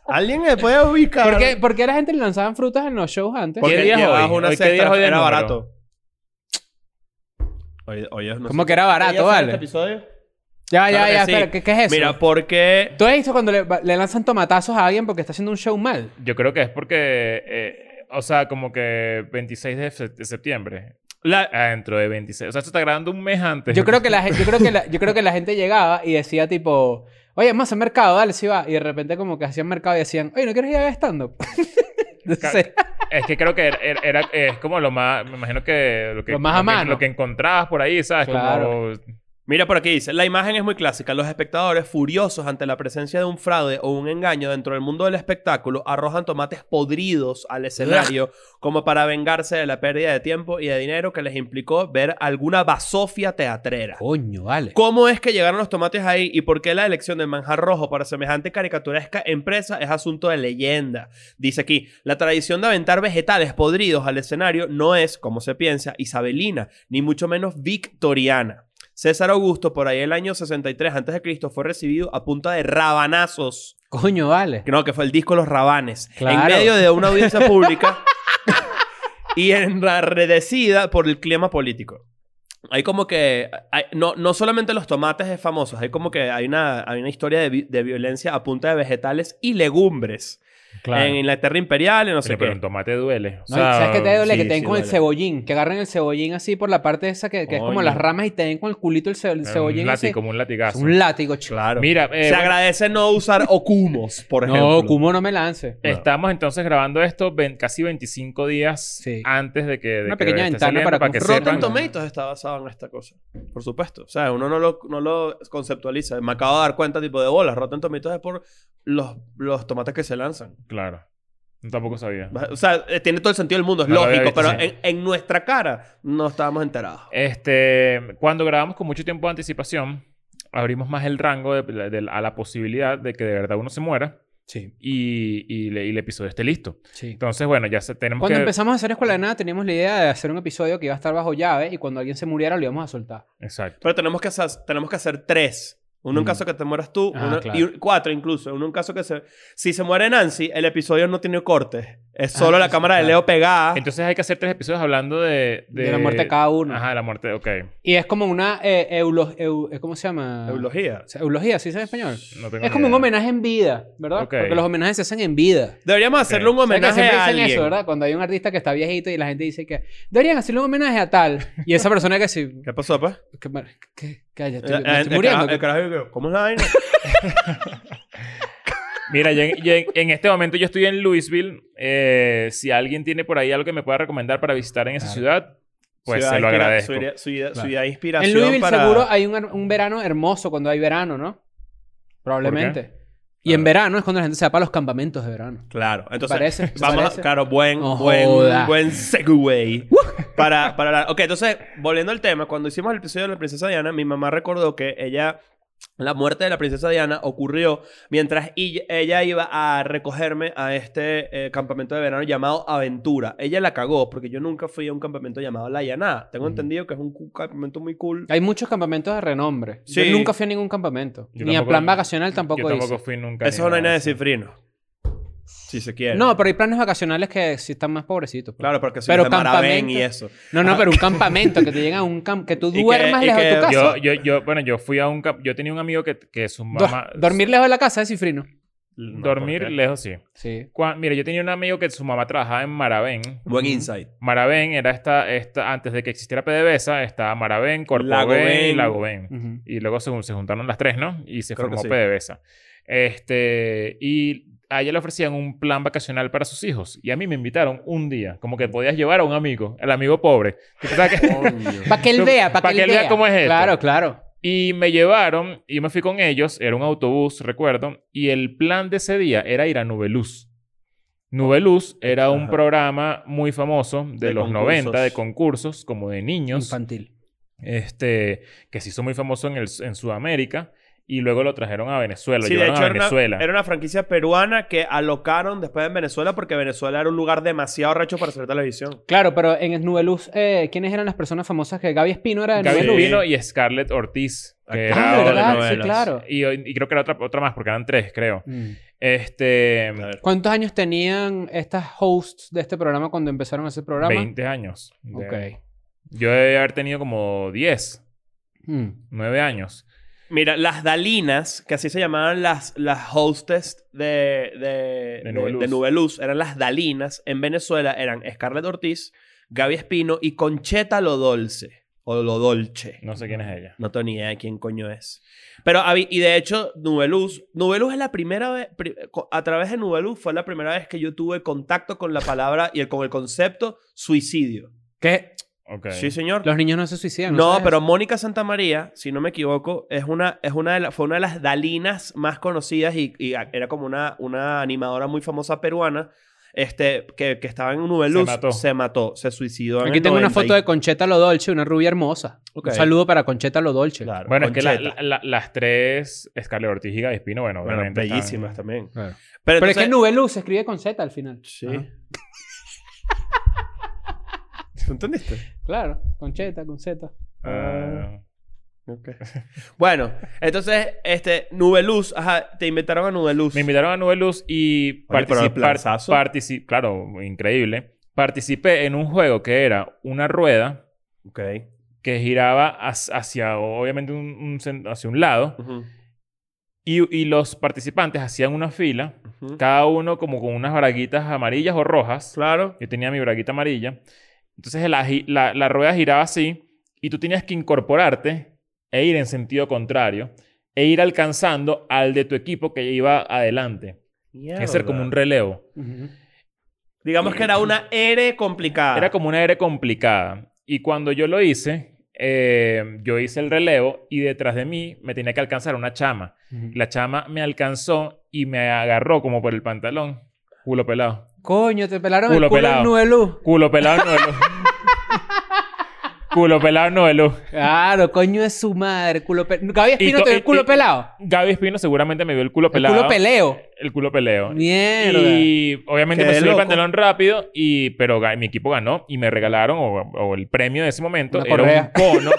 C: ¿Alguien me puede ubicar?
D: ¿Por qué, por qué la gente le lanzaban frutas en los shows antes?
B: ¿Qué
C: Porque
B: día es
C: llevabas
B: hoy?
C: una
B: ¿Hoy qué
C: cesta,
B: día es hoy de
C: era
B: número?
C: barato. Oye, oye, no
D: Como
C: sé-
D: que era
C: ¿Ya
D: barato,
C: fue este
D: vale. Ah,
C: episodio?
D: Ya, ya,
C: Claro que
D: ya,
C: sí.
D: espera, ¿qué, qué es eso?
C: Mira, porque
D: ¿Tú has visto cuando le, le lanzan tomatazos a alguien porque está haciendo un show mal?
B: Yo creo que es porque. eh, o sea, como que 26 de se- de septiembre.
C: la,
B: Ah, Dentro de 26. O sea, esto está grabando un mes antes.
D: Yo creo que la, gen- yo creo que la, yo creo que la gente llegaba y decía tipo, oye, vamos a hacer mercado, dale, si va. Y de repente como que hacían mercado y decían, oye, ¿no quieres ir a ver stand-up? *laughs* Entonces,
B: Es que creo que era, era- era- es como lo más. Me imagino que. Lo, que,
D: Lo más a
B: que-
D: mano.
B: Lo que encontrabas por ahí, ¿sabes?
D: Claro.
B: Como,
C: Mira por aquí, dice, la imagen es muy clásica. Los espectadores, furiosos ante la presencia de un fraude o un engaño dentro del mundo del espectáculo, arrojan tomates podridos al escenario como para vengarse de la pérdida de tiempo y de dinero que les implicó ver alguna basofia teatrera.
D: Coño, vale.
C: ¿Cómo es que llegaron los tomates ahí y por qué la elección del manjar rojo para semejante caricaturesca empresa es asunto de leyenda? Dice aquí, la tradición de aventar vegetales podridos al escenario no es, como se piensa, isabelina, ni mucho menos victoriana. César Augusto, por ahí el año 63 a.C., fue recibido a punta de rabanazos.
D: Coño, vale.
C: Que no, que fue el disco Los Rabanes. En
D: Claro.
C: medio de una audiencia pública y enredecida por el clima político. Hay como que... hay- no, no solamente los tomates es famosos. Hay como que hay una, hay una historia de, vi- de violencia a punta de vegetales y legumbres.
B: Claro.
C: En Inglaterra imperial, en no sé
B: Pero, pero
C: qué.
B: un tomate duele. O
D: No,
B: sea,
D: ¿Sabes qué te duele?
C: sí,
D: que te den
C: sí
D: con
C: duele.
D: el cebollín. Que agarren el cebollín así por la parte esa que, que es como
C: Coño.
D: las ramas y te den con el culito el, ce- el
B: un
D: cebollín
B: látigo,
D: así.
B: como un latigazo.
D: Un látigo, chico.
C: Claro.
B: Mira, eh,
C: Se
B: bueno,
C: agradece no usar okumos, por ejemplo.
D: No, Kumo no me lance.
B: No. Estamos entonces grabando esto ven- casi 25 días
D: Sí.
B: antes de que. de
D: Una
B: que
D: pequeña
B: esté
D: ventana
B: saliendo,
D: para
B: que
D: confrontar.
B: sepan.
C: Rotten
D: Sepan.
C: Tomatoes está basado en esta cosa. Por supuesto. O sea, uno no lo, no lo conceptualiza. Me acabo de dar cuenta, tipo, de bolas. Rotten Tomatoes es por los, los tomates que se lanzan.
B: Claro. Yo Tampoco sabía.
C: O sea, eh, tiene todo el sentido del mundo. Es
B: No lo había visto,
C: lógico. pero
B: sí.
C: en, en nuestra cara no estábamos enterados.
B: Este, cuando grabamos con mucho tiempo de anticipación, abrimos más el rango de- de- a la posibilidad de que de verdad uno se muera
D: Sí,
B: y, y le- y el episodio esté listo.
D: sí.
B: Entonces, bueno, ya se- tenemos
D: Cuando
B: que...
D: empezamos a hacer Escuela de Nada teníamos la idea de hacer un episodio que iba a estar bajo llave y cuando alguien se muriera lo íbamos a soltar.
B: Exacto.
C: Pero tenemos que hacer, tenemos que hacer tres. Uno en
D: Mm.
C: caso que te mueras tú.
D: Ah,
C: uno-
D: claro.
C: Y un- cuatro incluso. Uno en caso que se... Si se muere Nancy, el episodio no tiene cortes. Es solo la
D: entonces,
C: cámara de
D: Ah, claro.
C: Leo pegada.
B: Entonces hay que hacer tres episodios hablando de...
D: De, la muerte de cada uno.
B: Ajá, de la muerte, ok.
D: Y es como una eh, eulo- eu- eh, ¿cómo se llama?
C: Eulogía.
D: O sea, eulogía, ¿sí se dice en español?
B: No tengo
D: Es como
B: idea.
D: un homenaje en vida, ¿verdad?
B: eh. Ok.
D: Porque los homenajes se hacen en vida.
C: Deberíamos hacerle un
D: ¿Sabes que
C: homenaje
D: siempre
C: a
D: dicen
C: alguien.
D: eso, ¿verdad? Cuando hay un artista que está viejito y la gente dice que deberían hacerle un homenaje a tal. Y esa persona que sí.
C: ¿Qué pasó, pues?
D: Que, mar- que- que ya
C: Eh,
D: estoy, me
C: eh,
D: estoy
C: el
D: muriendo.
C: carajo- el carajo que- ¿Cómo es la vaina?
B: Mira, yo en, yo en- en este momento yo estoy en Louisville. Eh, si alguien tiene por ahí algo que me pueda recomendar para visitar en esa
D: Claro.
B: ciudad, pues
C: Ciudad
B: se lo
C: inspira-
B: agradezco.
C: ciudad- Ciudad
D: Claro.
C: ciudad de inspiración
D: en Louisville
C: para...
D: seguro hay un, un verano hermoso cuando hay verano, ¿no? Probablemente. Y en
B: Ah.
D: verano es cuando la gente se va para los campamentos de verano.
C: Claro, entonces
D: Parece,
C: vamos, a...
D: parece.
C: claro, buen,
D: No
C: buen,
D: joda. *laughs*
C: buen segue para, para la... Ok, entonces, volviendo al tema, cuando hicimos el episodio de la princesa Diana, mi mamá recordó que ella... La muerte de la princesa Diana ocurrió mientras i- ella iba a recogerme a este eh, campamento de verano llamado Aventura. Ella la cagó porque yo nunca fui a un campamento llamado La Llanada. Tengo
D: Ujú.
C: entendido que es un cu- campamento muy cool.
D: Hay muchos campamentos de renombre.
C: Sí.
D: Yo nunca fui a ningún campamento.
B: Yo
D: ni a
B: tampoco-
D: plan vacacional tampoco,
B: Yo tampoco
D: hice.
B: fui nunca.
C: Eso
B: ni
C: es una
B: nada
C: vaina
B: de
C: de cifrino. Si se quiere.
D: No, pero hay planes vacacionales que sí están más pobrecitos. pues.
C: Claro, porque si
D: Pero
C: es de Maravén
D: campamento-
C: y eso.
D: No, no, pero un campamento que te llega a un camp... Que tú
C: *laughs* Y que-
D: duermas
C: y
D: lejos de
C: que-
D: tu casa.
B: Yo, yo, yo, bueno, yo fui a un... cap- Yo tenía un amigo que, que su
D: Do-
B: mamá...
D: Dormir lejos de la casa es cifrino.
C: No,
B: Dormir
C: porque-
B: lejos, sí.
D: Sí.
B: Cua- mira, yo tenía un amigo que su mamá trabajaba en Maravén.
C: Buen insight.
B: Maravén era esta, esta... Antes de que existiera PDVSA, estaba Maravén, Corpoven
C: Lagoven.
B: y Lagoven.
D: Ujú.
B: Y luego se, se juntaron las tres, ¿no? Y se
C: Creo que
B: formó
C: sí.
B: PDVSA. Este, y a ella le ofrecían un plan vacacional para sus hijos. Y a mí me invitaron un día. Como que podías llevar a un amigo, el amigo pobre. ¿Tú sabes
C: *laughs*
B: qué?
C: Oh.
D: Para que él
B: Tú-
D: vea, para que, él vea.
B: cómo es esto.
D: Claro, claro.
B: y me llevaron, y yo me fui con ellos. Era un autobús, recuerdo. Y el plan de ese día era ir a Nubeluz. Nubeluz era un
C: Ajá.
B: programa muy famoso de,
C: De
B: los
C: concursos.
B: 90 de concursos, como de niños
D: Infantil.
B: este, que se hizo muy famoso en, el, en Sudamérica y luego lo trajeron a Venezuela.
C: Sí,
B: lo
C: de
B: llevaron
C: hecho
B: a
C: era una,
B: Venezuela.
C: era una franquicia peruana que alocaron después en Venezuela porque Venezuela era un lugar demasiado recho para hacer televisión.
D: Claro, pero en el Nubeluz, eh, ¿quiénes eran las personas famosas que Gaby Espino era de
B: Gaby
D: Nubeluz?
B: Espino y Scarlett Ortiz. que
C: Ah,
B: era
D: Ah,
B: otra-
C: de
D: ¿verdad? Sí,
C: novelas.
D: claro.
B: y, y creo que era otra, otra más, porque eran tres, creo.
D: Mm.
B: Este,
D: ¿Cuántos años tenían estas hosts de este programa cuando empezaron ese programa?
B: 20 años. de-
D: Ok.
B: Yo debe haber tenido como 10,
D: Mm.
B: 9 años.
C: Mira, las Dalinas, que así se llamaban las, las hostess de, de, de-
B: Nubeluz.
C: de Nubeluz, eran las Dalinas. En Venezuela eran Scarlett Ortiz, Gaby Espino y Concheta Lo Dolce. O Lo Dolce.
B: No sé quién es ella.
C: No tengo ni idea de quién coño es. Pero, habí- y de hecho, Nubeluz, Nubeluz es la primera vez, pri- co- a través de Nubeluz fue la primera vez que yo tuve contacto con la palabra y el- con el concepto suicidio.
D: ¿Qué?
B: Ok.
C: Sí, señor.
D: Los niños no se suicidan.
C: No,
D: sabes
C: pero
D: eso?
C: Mónica Santamaría, si no me equivoco, es una, es una de la- fue una de las Dalinas más conocidas y, y a- era como una, una animadora muy famosa peruana este, que, que estaba en un Ubeluz.
B: Se mató.
C: Se mató, se suicidó. en
D: Aquí
C: el
D: tengo una
C: 90 y-
D: foto de Concheta Lo Dolce, una rubia hermosa.
C: Ok.
D: Un saludo para Concheta Lo Dolce.
C: Claro,
B: Bueno, es que la-
C: Concheta.
B: la- la- las tres, Scarlett Ortiz y Gaby Espino, bueno,
C: Bueno,
B: obviamente. están-
C: bellísimas también.
D: Claro.
C: Pero,
D: Pero es que
C: entonces-
D: Nube Luz se escribe con Z al final.
C: Sí.
B: ¿Ah?
D: Ajá.
C: *laughs* ¿Tú entendiste?
D: Claro, Concheta, con Z.
B: Ah,
C: *laughs* Bueno, entonces, este, Nubeluz, ajá, te invitaron a Nubeluz.
B: Pues, Me invitaron a Nube Luz y
C: Oye, pero el
B: participé.
C: planazo.
B: claro, increíble. Participé en un juego que era una rueda
C: Ok.
B: que giraba hacia, hacia, obviamente, un, un cen- hacia un lado.
C: Ujú,
B: Y, y los participantes hacían una fila,
C: ujú.
B: cada uno como con unas braguitas amarillas o rojas.
C: Claro.
B: Yo tenía mi braguita amarilla. Entonces la, gi- la- la rueda giraba así y tú tenías que incorporarte e ir en sentido contrario e ir alcanzando al de tu equipo que iba adelante.
C: Mierda.
B: Es ser como un relevo.
C: Digamos que era una R complicada.
B: Era como una R complicada. Y cuando yo lo hice, eh, yo hice el relevo y detrás de mí me tenía que alcanzar una chama. La chama me alcanzó y me agarró como por el pantalón. Culo pelado.
D: Coño, te pelaron
B: Culo
D: el culo
B: pelado.
D: en Nube Luz.
B: Culo pelado *laughs* novelo. Culo pelado novelo.
D: Claro, coño es su madre. Culo pe- Gaby Espino
B: to-
D: te dio el
B: y-
D: culo
B: y-
D: pelado.
B: Gaby Espino seguramente me vio el culo
D: El
B: pelado.
D: culo peleo.
B: El culo peleo.
D: Mierda.
B: Y obviamente
C: Qué
B: me subí el
C: loco.
B: pantalón rápido, y, pero ga- mi equipo ganó y me regalaron, o, o el premio de ese momento,
D: Una
B: era
D: correa. *laughs*
B: un cono.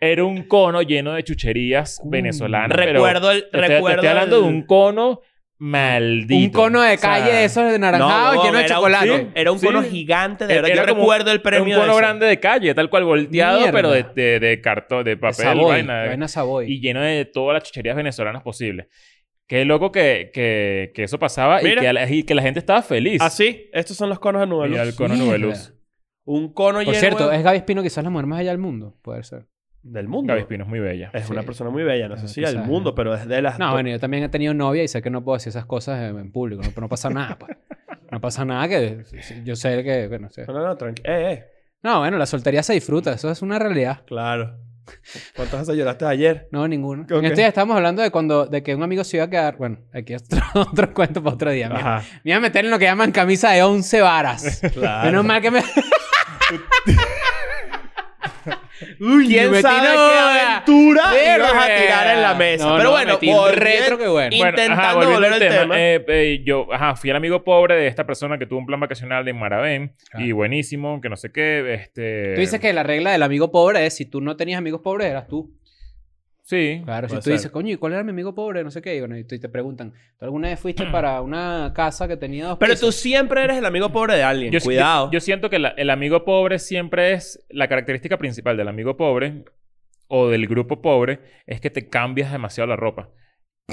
B: era un cono lleno de chucherías venezolanas. pero
C: recuerdo el.
B: te estoy- te
C: recuerdo
B: estoy hablando de un
C: el-
B: cono maldito.
D: Un cono de calle
B: de
D: de esos de naranjado
C: No,
D: lleno de
C: era un-
D: chocolate.
C: sí, Era un
B: Sí.
C: cono gigante, de
B: Era-
C: verdad. Yo
B: era como
C: recuerdo el
B: Era un
C: premio.
B: cono
C: de ese.
B: grande de calle, tal cual volteado,
D: Mierda.
B: pero de, de, de cartón, de papel,
D: Savoy,
B: vaina.
D: vaina Savoy.
B: y lleno de todas las chucherías venezolanas posibles. Qué loco que, que, que eso pasaba y
C: Mira.
B: que, a la, y que la gente estaba feliz.
C: Así, Ah, estos son los conos de Nueva
B: Mira
C: Luz.
B: el cono
D: Mierda.
B: Nubeluz.
C: Un cono
D: Por
C: lleno
D: cierto,
C: de-
D: es Gaby Espino quizás la mujer más allá del mundo. Puede ser.
C: del mundo.
B: Gaby Espino es muy bella.
C: Es una
D: Sí.
C: persona muy bella, no sé
D: Ah,
C: si del
D: quizás,
C: mundo,
D: ¿no?
C: pero es de las.
D: No,
C: do-
D: bueno, yo también he tenido novia y sé que no puedo decir esas cosas eh, en público. No, no pasa nada, pues. No pasa nada que... Yo sé que... Bueno, sé.
C: No, no, no, tranqui- Eh, eh,
D: No, bueno, la soltería se disfruta. Eso es una realidad.
C: claro. *laughs* ¿Cuántas veces lloraste ayer?
D: No, ninguno.
C: Ok.
D: En este día estábamos hablando de cuando... De que un amigo se iba a quedar... Bueno, aquí es *laughs* otro, otro cuento para otro día. mira.
C: Ajá.
D: Me iba a meter en lo que llaman camisa de 11 varas.
C: Claro.
D: Menos
C: *laughs*
D: mal que me...
C: ¿Quién
D: me
C: sabe
D: tiró,
C: qué
D: ah.
C: aventura
D: Verga.
C: ibas a tirar en la mesa?
D: No,
C: pero
D: no,
C: bueno,
D: me tiró un
C: por
D: retro que bueno.
B: Bueno,
C: Intentando
B: ajá, volviendo
C: volver al tema.
B: eh, eh, yo, ajá, fui el amigo pobre de esta persona que tuvo un plan vacacional en Maravén.
D: Claro.
B: Y buenísimo, que no sé qué, este...
D: Tú dices que la regla del amigo pobre es si tú no tenías amigos pobres, eras tú.
B: Sí.
D: Claro, si
C: Puede
D: tú dices,
C: ser.
D: coño, ¿y cuál era mi amigo pobre? No sé qué. Y, bueno, y te te preguntan, ¿tú alguna vez fuiste para una casa que tenía dos
C: Pero
D: pisos?
C: tú siempre eres el amigo pobre de alguien.
B: Yo, si-
C: Cuidado.
B: Yo, yo siento que la- el amigo pobre siempre es la característica principal del amigo pobre o del grupo pobre es que te cambias demasiado la ropa.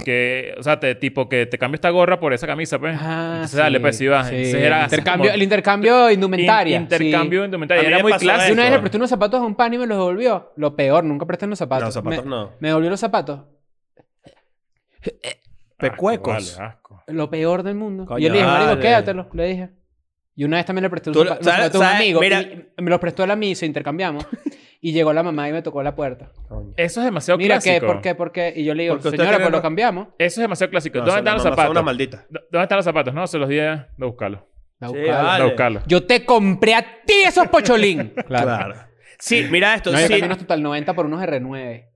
B: Que, o sea, te, tipo que te cambio esta gorra por esa camisa, pues.
D: Ah,
B: Entonces, dale, pues, si vas. Entonces, era
D: el
B: así
D: intercambio,
B: como-
D: el intercambio indumentaria.
B: In- intercambio de
C: A
B: indumentaria.
C: mí
B: Era
C: me
B: muy
C: pasó
D: Sí. Yo
B: clásico.
D: una vez
C: Eso.
D: le presté unos zapatos a un pan y me los devolvió. Lo peor, nunca presté unos zapatos.
C: no, zapatos
D: me,
C: no.
D: me devolvió los zapatos.
C: Pecuecos.
B: Asco, Ah, vale, asco.
D: Lo peor del mundo.
C: Coño,
D: y yo le dije, marico,
C: dale.
D: quédatelo. Le dije. Y una vez también le presté un
C: Tú-
D: zapato, unos
C: ¿sabes-
D: zapatos a un
C: sabes?
D: amigo.
C: Mira-
D: y- y me los prestó él a mí y se
C: *laughs*
D: intercambiamos. y llegó la mamá y me tocó la puerta.
C: Coño.
B: Eso es demasiado
D: Mira, ¿qué?
B: clásico.
D: ¿Por qué? ¿Por qué? Y yo le digo,
C: Porque usted
D: señora,
C: tiene
D: pues lo
C: ra-
D: cambiamos.
B: Eso es demasiado clásico.
C: No,
B: ¿Dónde
C: son
B: están los
C: una- son Una
B: zapatos?
C: maldita.
B: ¿Dó- ¿Dónde están los zapatos? No, se los di a de buscarlos.
D: La
C: Sí,
D: buscaba.
C: vale.
B: De buscarlos.
D: Yo te compré a ti esos pocholín. claro.
C: *laughs* Claro. Sí, mira esto.
D: No, yo
C: sí.
D: cambié unos total 90 por unos R9.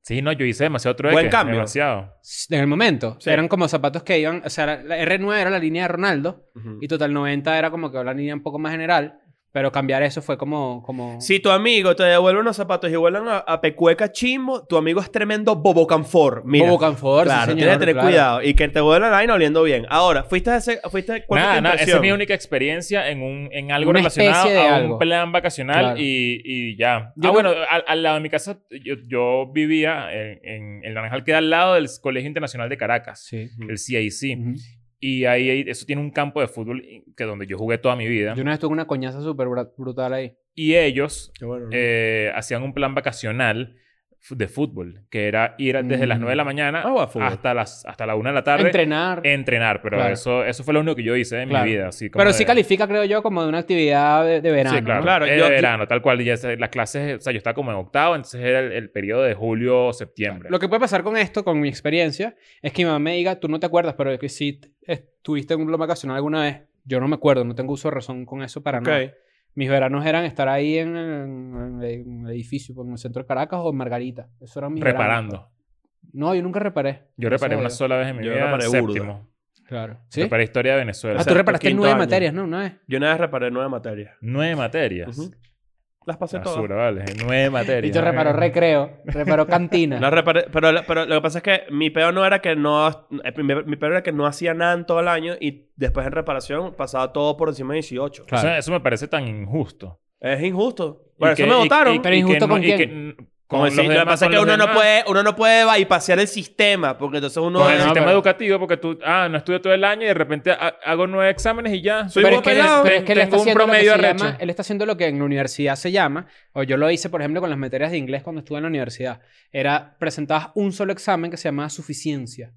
B: Sí, no, yo hice demasiado trueque.
C: Buen cambio.
B: Demasiado.
D: En el momento.
C: Sí.
D: Eran como zapatos que iban... O sea, la- la R9 era la línea de Ronaldo.
C: Ujú.
D: Y total 90 era como que la línea un poco más general. Pero cambiar eso fue como... como...
C: Si tu amigo te devuelve unos zapatos y vuelan a, a pecueca chimbo, tu amigo es tremendo bobocanfor. Mira.
D: Bobo Canfort, sí,
C: Claro,
D: señor,
C: tienes que tener
D: claro.
C: cuidado. Y que te vuelva la vaina oliendo bien. Ahora, fuiste a ese... Fuiste, ¿cuál fue
B: Nada,
C: tu
B: nada. Esa es
C: impresión?
B: mi única experiencia en, un, en algo
D: Una
B: relacionado
D: especie de
B: a un
D: algo.
B: plan vacacional
D: Claro.
B: y, y ya.
D: Yo
B: ah,
D: no-
B: bueno, al, al lado de mi casa, yo, yo vivía en, en el Naranjal, queda al lado del Colegio Internacional de Caracas,
D: Sí.
B: el CIC.
D: Ujú.
B: Y ahí, ahí- eso tiene un campo de fútbol que donde yo jugué toda mi vida.
D: Yo una vez tuve una coñaza súper bra- brutal ahí.
B: Y ellos
C: Qué bueno, ¿no?
B: eh, hacían un plan vacacional fu- de fútbol, que era ir a- desde
D: Mm.
B: las 9 de la mañana
C: Ah, voy a fútbol.
B: hasta, las, hasta la 1 de la tarde.
D: Entrenar.
C: eh,
B: Entrenar, pero
D: Claro.
B: eso, eso fue lo único que yo hice en
D: Claro.
B: mi vida. Así, como
D: pero
B: de-
D: sí califica, creo yo, como de una actividad de, de verano.
B: Sí, claro.
D: ¿no?
C: Claro,
B: Eh,
C: yo-
B: de verano, tal cual. Y ya se- las clases, o sea, yo estaba como en octavo, entonces era el, el periodo de julio, septiembre.
D: Lo que puede pasar con esto, con mi experiencia, es que mi mamá me diga, tú no te acuerdas, pero que si estuviste en un club vacacional alguna vez, yo no me acuerdo, no tengo uso de razón con eso para
C: Ok.
D: nada. Mis veranos eran estar ahí en, en- en el edificio, por el centro de Caracas o en Margarita. Eso eran mis veranos.
B: Reparando.
D: No, yo nunca reparé.
B: Yo
D: Gracias
B: reparé
D: a
B: una
D: Dios.
B: sola vez en mi
C: Yo
B: vida,
C: reparé burda.
B: séptimo.
D: Claro. ¿Sí?
B: Reparé historia de Venezuela.
D: Ah,
B: O
D: tú
B: sea,
D: reparaste
C: quinto
D: nueve
C: año.
D: materias, ¿no? Una vez.
C: Yo una vez reparé nueve materias.
B: nueve materias.
C: Ujú. Las pasé todas.
B: Basura, vale. Nueve materias. Eh,
D: Y yo reparó recreo, reparó
B: *laughs*
D: cantina.
C: Las reparé- pero, la- pero lo que pasa es que mi peor no era que no... eh, Mi, mi peor era que no hacía nada en todo el año y después en reparación pasaba todo por encima de 18.
B: O sea, eso me parece tan injusto.
C: Es injusto.
B: Y
C: Por eso
B: que-
C: me
B: y-
C: votaron.
B: y-
D: Pero
B: y que
D: injusto
B: no-
D: con
B: y que- con
C: Como
B: los
C: decir, lo que
B: demás,
C: pasa es
B: con
C: que
B: los
C: uno no,
B: demás.
C: puede, uno no puede bypassear el sistema, porque entonces uno...
B: Con el
C: es-
D: Bueno,
B: sistema
D: pero-
B: educativo, porque tú, ah, no estudio todo el año y de repente ha- hago nueve exámenes y ya.
C: Soy
D: pero
C: un
D: es que, él,
C: pelado.
D: pero es que él está
B: tengo un
D: haciendo lo que
B: promedio
D: se
B: arrecho.
D: llama- él está haciendo lo que en la universidad se llama, o yo lo hice, por ejemplo, con las materias de inglés cuando estuve en la universidad. Era, presentabas un solo examen que se llamaba suficiencia.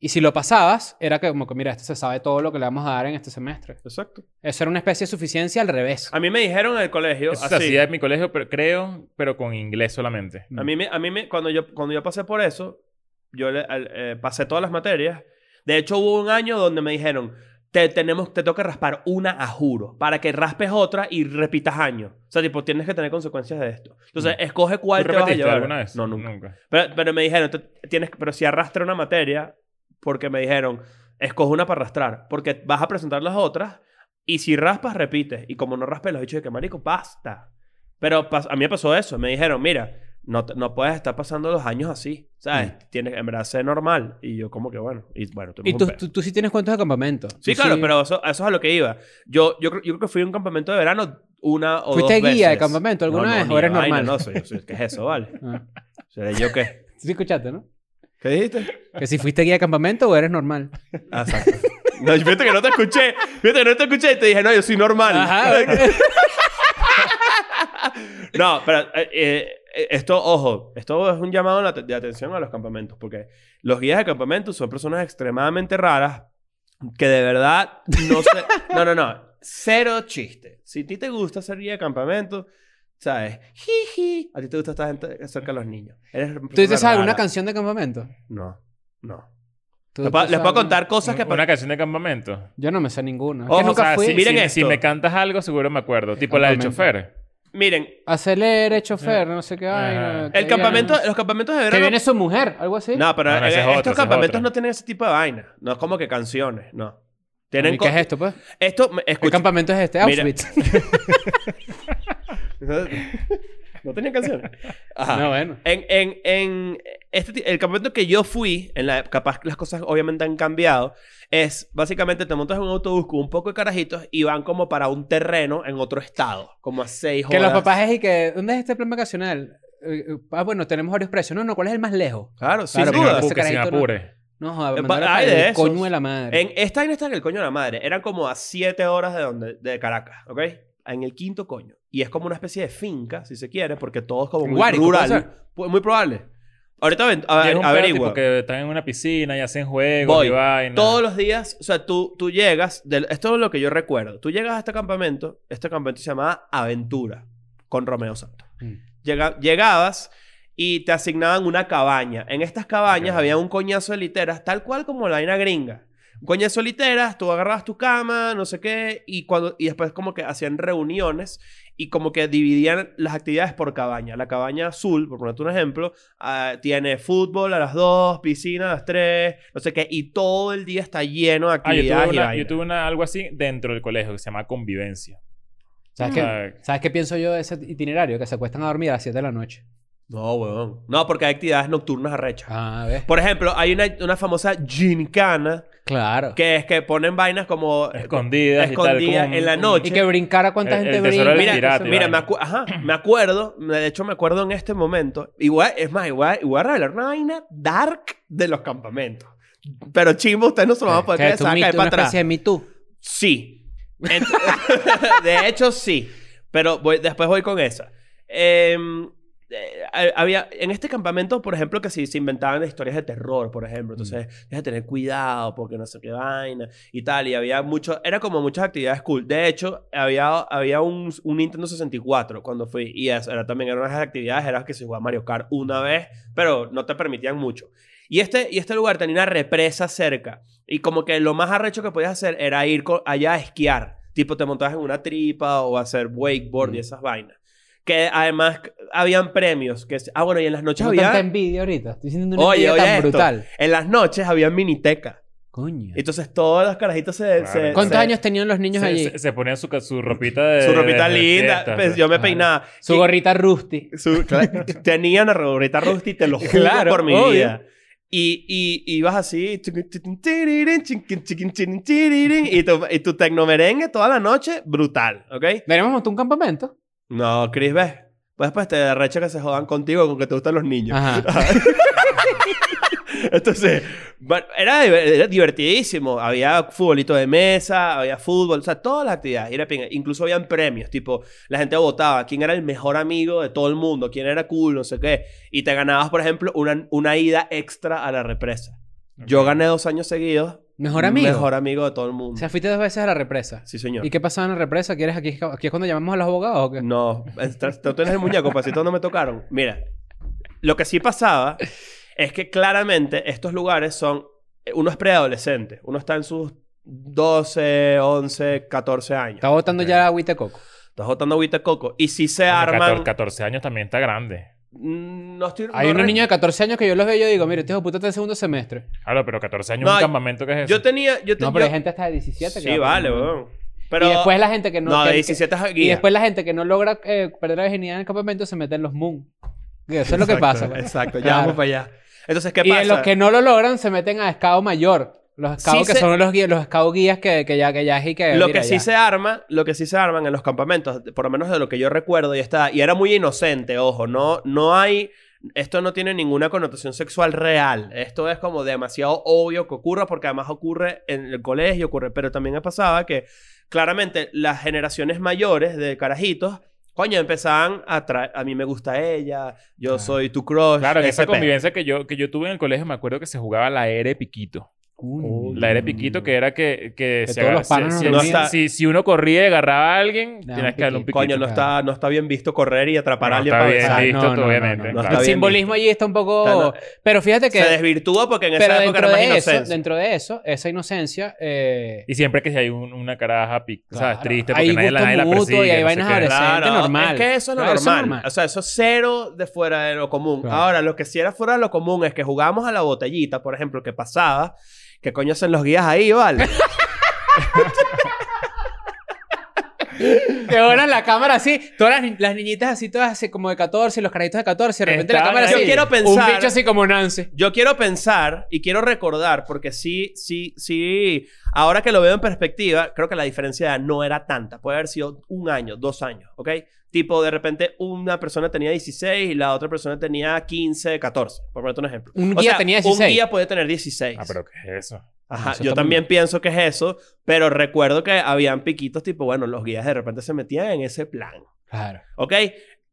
D: Y si lo pasabas, era que como que, mira, este se sabe todo lo que le vamos a dar en este semestre.
C: Exacto.
D: Eso era una especie de suficiencia al revés.
C: A mí me dijeron en el colegio,
B: Eso se
C: así,
B: hacía en mi colegio, pero creo, pero con inglés solamente.
C: A mí, me, a mí me, cuando, yo, cuando yo pasé por eso, yo le- al- eh, pasé todas las materias. De hecho, hubo un año donde me dijeron, te, tenemos, te toca raspar una a juro, para que raspes otra y repitas años. O sea, tipo, tienes que tener consecuencias de esto. Entonces, escoge cuál
B: Mm. ¿Tú
C: te vas a
B: repetiste
C: llevar.
B: alguna vez?
C: No, nunca. Pero, pero me dijeron, "Te- tienes, que- pero si arrastra una materia, porque me dijeron, escoge una para arrastrar, porque vas a presentar las otras y si raspas, repites. Y como no raspes, los dicho de que marico, basta. Pero pas- a mí me pasó eso. Me dijeron, mira, no, te- no puedes estar pasando los años así. ¿Sabes? Tienes, en verdad, sé normal. Y yo, como que bueno. Y bueno, tú
D: Mm. Y
C: eres un
D: tú,
C: peo.
D: tú, tú sí tienes cuentos de campamento.
C: Sí,
D: Tú
C: claro, pero eso, eso es a lo que iba. Yo, yo, creo- yo creo que fui a un campamento de verano una o
D: ¿Fuiste
C: dos veces.
D: guía de campamento alguna
C: No, no,
D: vez
C: ni
D: o eres
C: de vaina,
D: normal?
C: No, soy, soy- ¿qué es eso, vale?
D: Ah.
C: ¿Seré
D: *laughs*
C: yo qué?
D: Sí escuchaste, ¿no?
C: ¿Qué dijiste?
D: Que si fuiste guía de campamento o eres normal.
C: Ah, Exacto. No, y fíjate que no te escuché. Fíjate que no te escuché y te dije, no, yo soy normal. No, pero eh, eh, esto, ojo, esto es un llamado la- de atención a los campamentos, porque los guías de campamento son personas extremadamente raras que de verdad no sé. No, no, no. Cero chiste. Si a ti te gusta ser guía de campamento, sabes, jiji, a ti te gusta estar en- cerca de los niños. Eres una
D: ¿Tú
C: persona
D: dices alguna
C: rara.
D: canción de campamento?
C: No, no.
D: ¿Tú- "Ah,
C: Les puedo-
D: tú
C: les puedo
D: sabes?
C: contar cosas que.
B: Una canción de campamento.
D: Yo no me sé ninguna.
C: Ojo,
D: Yo nunca
B: o sea,
D: fui.
B: si,
C: Miren
B: si-
C: esto.
B: si me cantas algo, seguro me acuerdo. Tipo la del
D: Campamento.
B: chofer.
C: Miren,
D: Acelere, chofer, no sé qué
B: Ajá.
D: vaina. que
C: Eh. el
D: viene-
C: campamento, los campamentos de
D: Que
C: verano.
D: viene su mujer, algo así.
C: No, pero
B: No, no,
C: eh,
B: ese es
C: estos
B: otro, ese es
C: campamentos
B: otro.
C: no tienen ese tipo de vaina. No es como que canciones, no. Tienen
D: ¿Y qué
C: co-
D: es esto, pues?
C: Esto, me-
D: ¿Qué
C: escucha.
D: campamento es este?
C: Mira.
D: Auschwitz.
C: *laughs* no tenían canciones. Ajá.
D: *laughs* no, bueno.
C: En, en, en este, ti- el campamento que yo fui, en la, capaz las cosas obviamente han cambiado, es básicamente te montas en un autobús con un poco de carajitos y van como para un terreno en otro estado, como a seis horas.
D: Que los papás es y que... ¿Dónde es este plan vacacional? Eh, eh, Ah, bueno, tenemos varios precios. No, no, ¿cuál es el más lejos?
C: Claro, sin
D: Claro,
B: Sin
C: duda.
D: pero-
B: apure, sin
D: carajito no-
B: apure.
D: No, joder,
C: Eh,
D: mandar
C: pa-
D: a
C: hay
D: para
C: de
D: el coño
C: esos.
D: de la madre.
C: En, esta vaina está en el coño de la madre. Eran como a 7 horas de, donde, de Caracas, ¿ok? En el quinto coño. Y es como una especie de finca, si se quiere, porque todo es como muy
D: Guárico, puede ser.
C: rural. Pu- Muy probable. Ahorita ven, a,
B: Y es un pedo,
C: averigua.
B: tipo, que están en una piscina y hacen juegos
C: Voy.
B: y vaina.
C: Todos los días, o sea, tú, tú llegas, del- esto es lo que yo recuerdo. Tú llegas a este campamento, este campamento se llamaba Aventura, con Romeo Santos.
D: Mm.
C: Llega- llegabas y te asignaban una cabaña. En estas cabañas
B: Ok.
C: había un coñazo de literas, tal cual como la vaina gringa. Un coñazo de literas, tú agarrabas tu cama, no sé qué, y, cuando, y después como que hacían reuniones y como que dividían las actividades por cabaña. La cabaña azul, por ponerte un ejemplo, ah, tiene fútbol a las 2, piscina a las 3, no sé qué, y todo el día está lleno de
B: Ah, yo tuve,
C: actividades. y
B: una,
C: vaina.
B: yo tuve una- algo así dentro del colegio que se llama convivencia.
D: ¿Sabes, qué,
B: Ah,
D: ¿Sabes qué pienso yo de ese itinerario? Que se acuestan a dormir a las 7 de la noche.
C: No, weón. No, porque hay actividades nocturnas arrechas.
D: Ah, ¿ves?
C: Por ejemplo, hay una, una famosa gincana
D: Claro.
C: Pues, que es que ponen vainas como...
B: Escondidas, y tal,
C: Eh, Escondidas
B: como
C: en la noche.
D: Y que brincar a cuánta
B: El-
D: gente
B: el
D: brinca.
B: tesoro del
C: Mira,
B: pirata, y
C: mira, me,
B: vaina.
C: acu- ajá, me acuerdo, me- de hecho me acuerdo en este momento, igual, es más, igual, igual revelar una vaina dark de los campamentos. Pero chimbo, ustedes no se lo van a poder creer,
D: Este, tú
C: se van a
D: Me
C: caer
D: Too,
C: para
D: una
C: atrás.
D: especie de Me Too.
C: Sí. *laughs* Ent- de hecho, sí. Pero voy- después voy con esa. Em, eh, ha- había en este campamento, por ejemplo, que si se inventaban historias de terror, por ejemplo, entonces tienes que tener cuidado porque no sé qué vaina y tal, y había mucho, era como muchas actividades cool. De hecho, había, había un, un Nintendo 64 cuando fui y eso, era también eran unas actividades, era que se jugaba Mario Kart una vez, pero no te permitían mucho. Y este, y este lugar tenía una represa cerca. Y como que lo más arrecho que podías hacer era ir co- allá a esquiar. Tipo, te montabas en una tripa o hacer wakeboard y esas vainas. Que además c- habían premios. Que, se- ah, bueno, y en las noches
D: Tengo tanta
C: había...
D: envidia ahorita. Estoy sintiendo una
C: Oye,
D: envidia
C: oye
D: tan
C: esto.
D: brutal.
C: En las noches había miniteca.
D: Coño.
C: Entonces todas las carajitas se...
B: Claro.
C: se-
D: ¿Cuántos
C: se-
D: años tenían los niños
B: se,
D: allí?
B: se- se ponía su, ca- su ropita de.
C: Su ropita
B: de- de
C: linda.
B: fiesta,
C: pues,
B: pues.
C: yo me
D: Claro.
C: peinaba.
D: Su
C: Y-
D: gorrita rusty.
C: Su,
E: *laughs*
C: tenía una gorrita Rusty, te lo juro
E: Claro,
C: por mi
E: obvio.
C: vida. Y, y, y ibas así, y tu, y tu tecnomerengue toda la noche, brutal, ¿ok?
D: Deberíamos montar un campamento.
C: No, Chris, ves, pues después te arrecha que se jodan contigo con que te gustan los niños.
D: Ajá.
C: Entonces, va- era, diver- era divertidísimo. Había futbolito de mesa, había fútbol, o sea, todas las actividades. y era pinga. Incluso habían premios, tipo, la gente votaba quién era el mejor amigo de todo el mundo, quién era cool, no sé qué. Y te ganabas, por ejemplo, una, una ida extra a la represa. Yo gané dos años seguidos.
D: Mejor amigo.
C: Mejor amigo de todo el mundo.
D: O sea, fuiste dos veces a la represa.
C: sí, señor.
D: ¿Y qué pasaba en la represa? ¿Quieres aquí, aquí es cuando llamamos a los abogados o qué?
C: No, estás- tú tienes el muñeco, pasito no me tocaron. Mira, lo que sí pasaba es que claramente estos lugares son. eh, Uno es preadolescente, uno está en sus 12, 11, 14 años.
D: Estaba botando
B: Ok.
D: ya agüita de coco.
C: Estás botando agüita de coco. Y si se
B: Coño,
C: arman.
B: 14, 14 años también está grande.
C: Mm, No estoy.
D: Hay
C: no
D: unos
C: re-
D: niños de 14 años que yo los veo y yo digo, mire, este hijo de puta está en segundo semestre.
B: Claro, pero 14 años
C: No,
B: es un
C: yo-
B: campamento que es eso.
C: Yo tenía. Yo te-
D: No, pero hay
C: yo-
D: gente hasta de 17 que va
C: Sí,
D: por
C: vale,
D: campamento.
C: weón. Pero.
D: Y después la gente que no...
C: No,
D: que-
C: de
D: que-
C: 17 es
D: y
C: guía.
D: después la gente que no logra eh, perder la virginidad en el campamento se mete en los moon. Y eso es lo que
C: Exacto,
D: pasa. pues.
C: Exacto, ya
D: Claro.
C: vamos para allá. Entonces, ¿qué
D: y
C: pasa?
D: de los que no lo logran se meten a escado mayor. Los
C: Sí
D: escados que
C: se-
D: son los guías, los escados guías que, que ya que ya es y que
C: lo
D: mira,
C: que sí
D: ya.
C: se arma, lo que sí se arman en los campamentos, por lo menos de lo que yo recuerdo y está, y era muy inocente, ojo, no, no hay, esto no tiene ninguna connotación sexual real, esto es como demasiado obvio que ocurra porque además ocurre en el colegio, ocurre, pero también me pasaba que claramente las generaciones mayores de carajitos, coño, empezaban a traer, a mí me gusta ella, yo
D: Ah.
C: soy tu crush,
B: Claro, que esa
C: SP.
B: convivencia que yo, que yo tuve en el colegio, me acuerdo que se jugaba la R piquito.
D: Coño.
B: Uh, La R piquito que era que, que,
D: Que
B: si,
D: todos
B: aga-
D: los panas nos
B: si- si-
C: No
B: si-
C: está-
B: si- si uno corría y agarraba a alguien,
D: Da,
B: tenías
D: un
B: que darle un piquito.
D: piquito.
C: Coño, no está, no está bien visto correr y atrapar
B: No
C: a alguien
B: está
C: para
B: bien
C: besar.
D: Ah,
B: visto,
D: no, no, no,
B: obviamente.
D: no, no.
B: Claro.
C: Está
D: El
C: bien
D: simbolismo allí está un poco...
C: Está- no,
D: Pero fíjate que...
C: Se desvirtúa porque en esa
D: Pero
C: época
D: dentro
C: era más
D: de, eso,
C: inocencia.
D: dentro de eso, esa inocencia... eh,
B: Y siempre que si hay un- una caraja, pic, ¿sabes?
D: Claro.
B: Triste, porque
D: Hay
B: nadie la,
D: gusto
B: nadie la
D: mutuo y
B: persigue.
D: hay
B: no sé
D: vainas
B: qué.
D: adolescentes. decente, normal.
C: Es que eso es lo
D: Claro, eso es
C: normal.
D: normal.
C: O sea, eso es cero de fuera de lo común.
D: Claro.
C: Ahora, lo que sí era fuera de lo común es que jugábamos a la botellita, por ejemplo, que pasaba. que coño hacen los guías ahí, *laughs* vale?
D: Que ahora la cámara así, todas las, las niñitas así, todas así como de 14, los carajitos de 14, de repente la
B: Estaban
D: cámara
B: ahí.
D: así.
C: Yo quiero pensar-
D: Un bicho así como Nancy.
C: Yo quiero pensar y quiero recordar, porque sí, sí, sí, ahora que lo veo en perspectiva, creo que la diferencia de edad no era tanta. Puede haber sido un año, dos años, ¿ok? Tipo, de repente una persona tenía 16 y la otra persona tenía 15, 14, por ponerte un ejemplo.
D: Un
C: O
D: guía
C: sea,
D: tenía
C: Un
D: 16.
C: guía puede tener 16.
B: Ah, pero ¿qué es eso?
C: Ajá,
D: Eso
C: yo
D: está muy
C: también pienso que es eso, pero recuerdo que habían piquitos tipo, bueno, los guías de repente se metían en ese plan,
D: Claro.
C: ¿ok?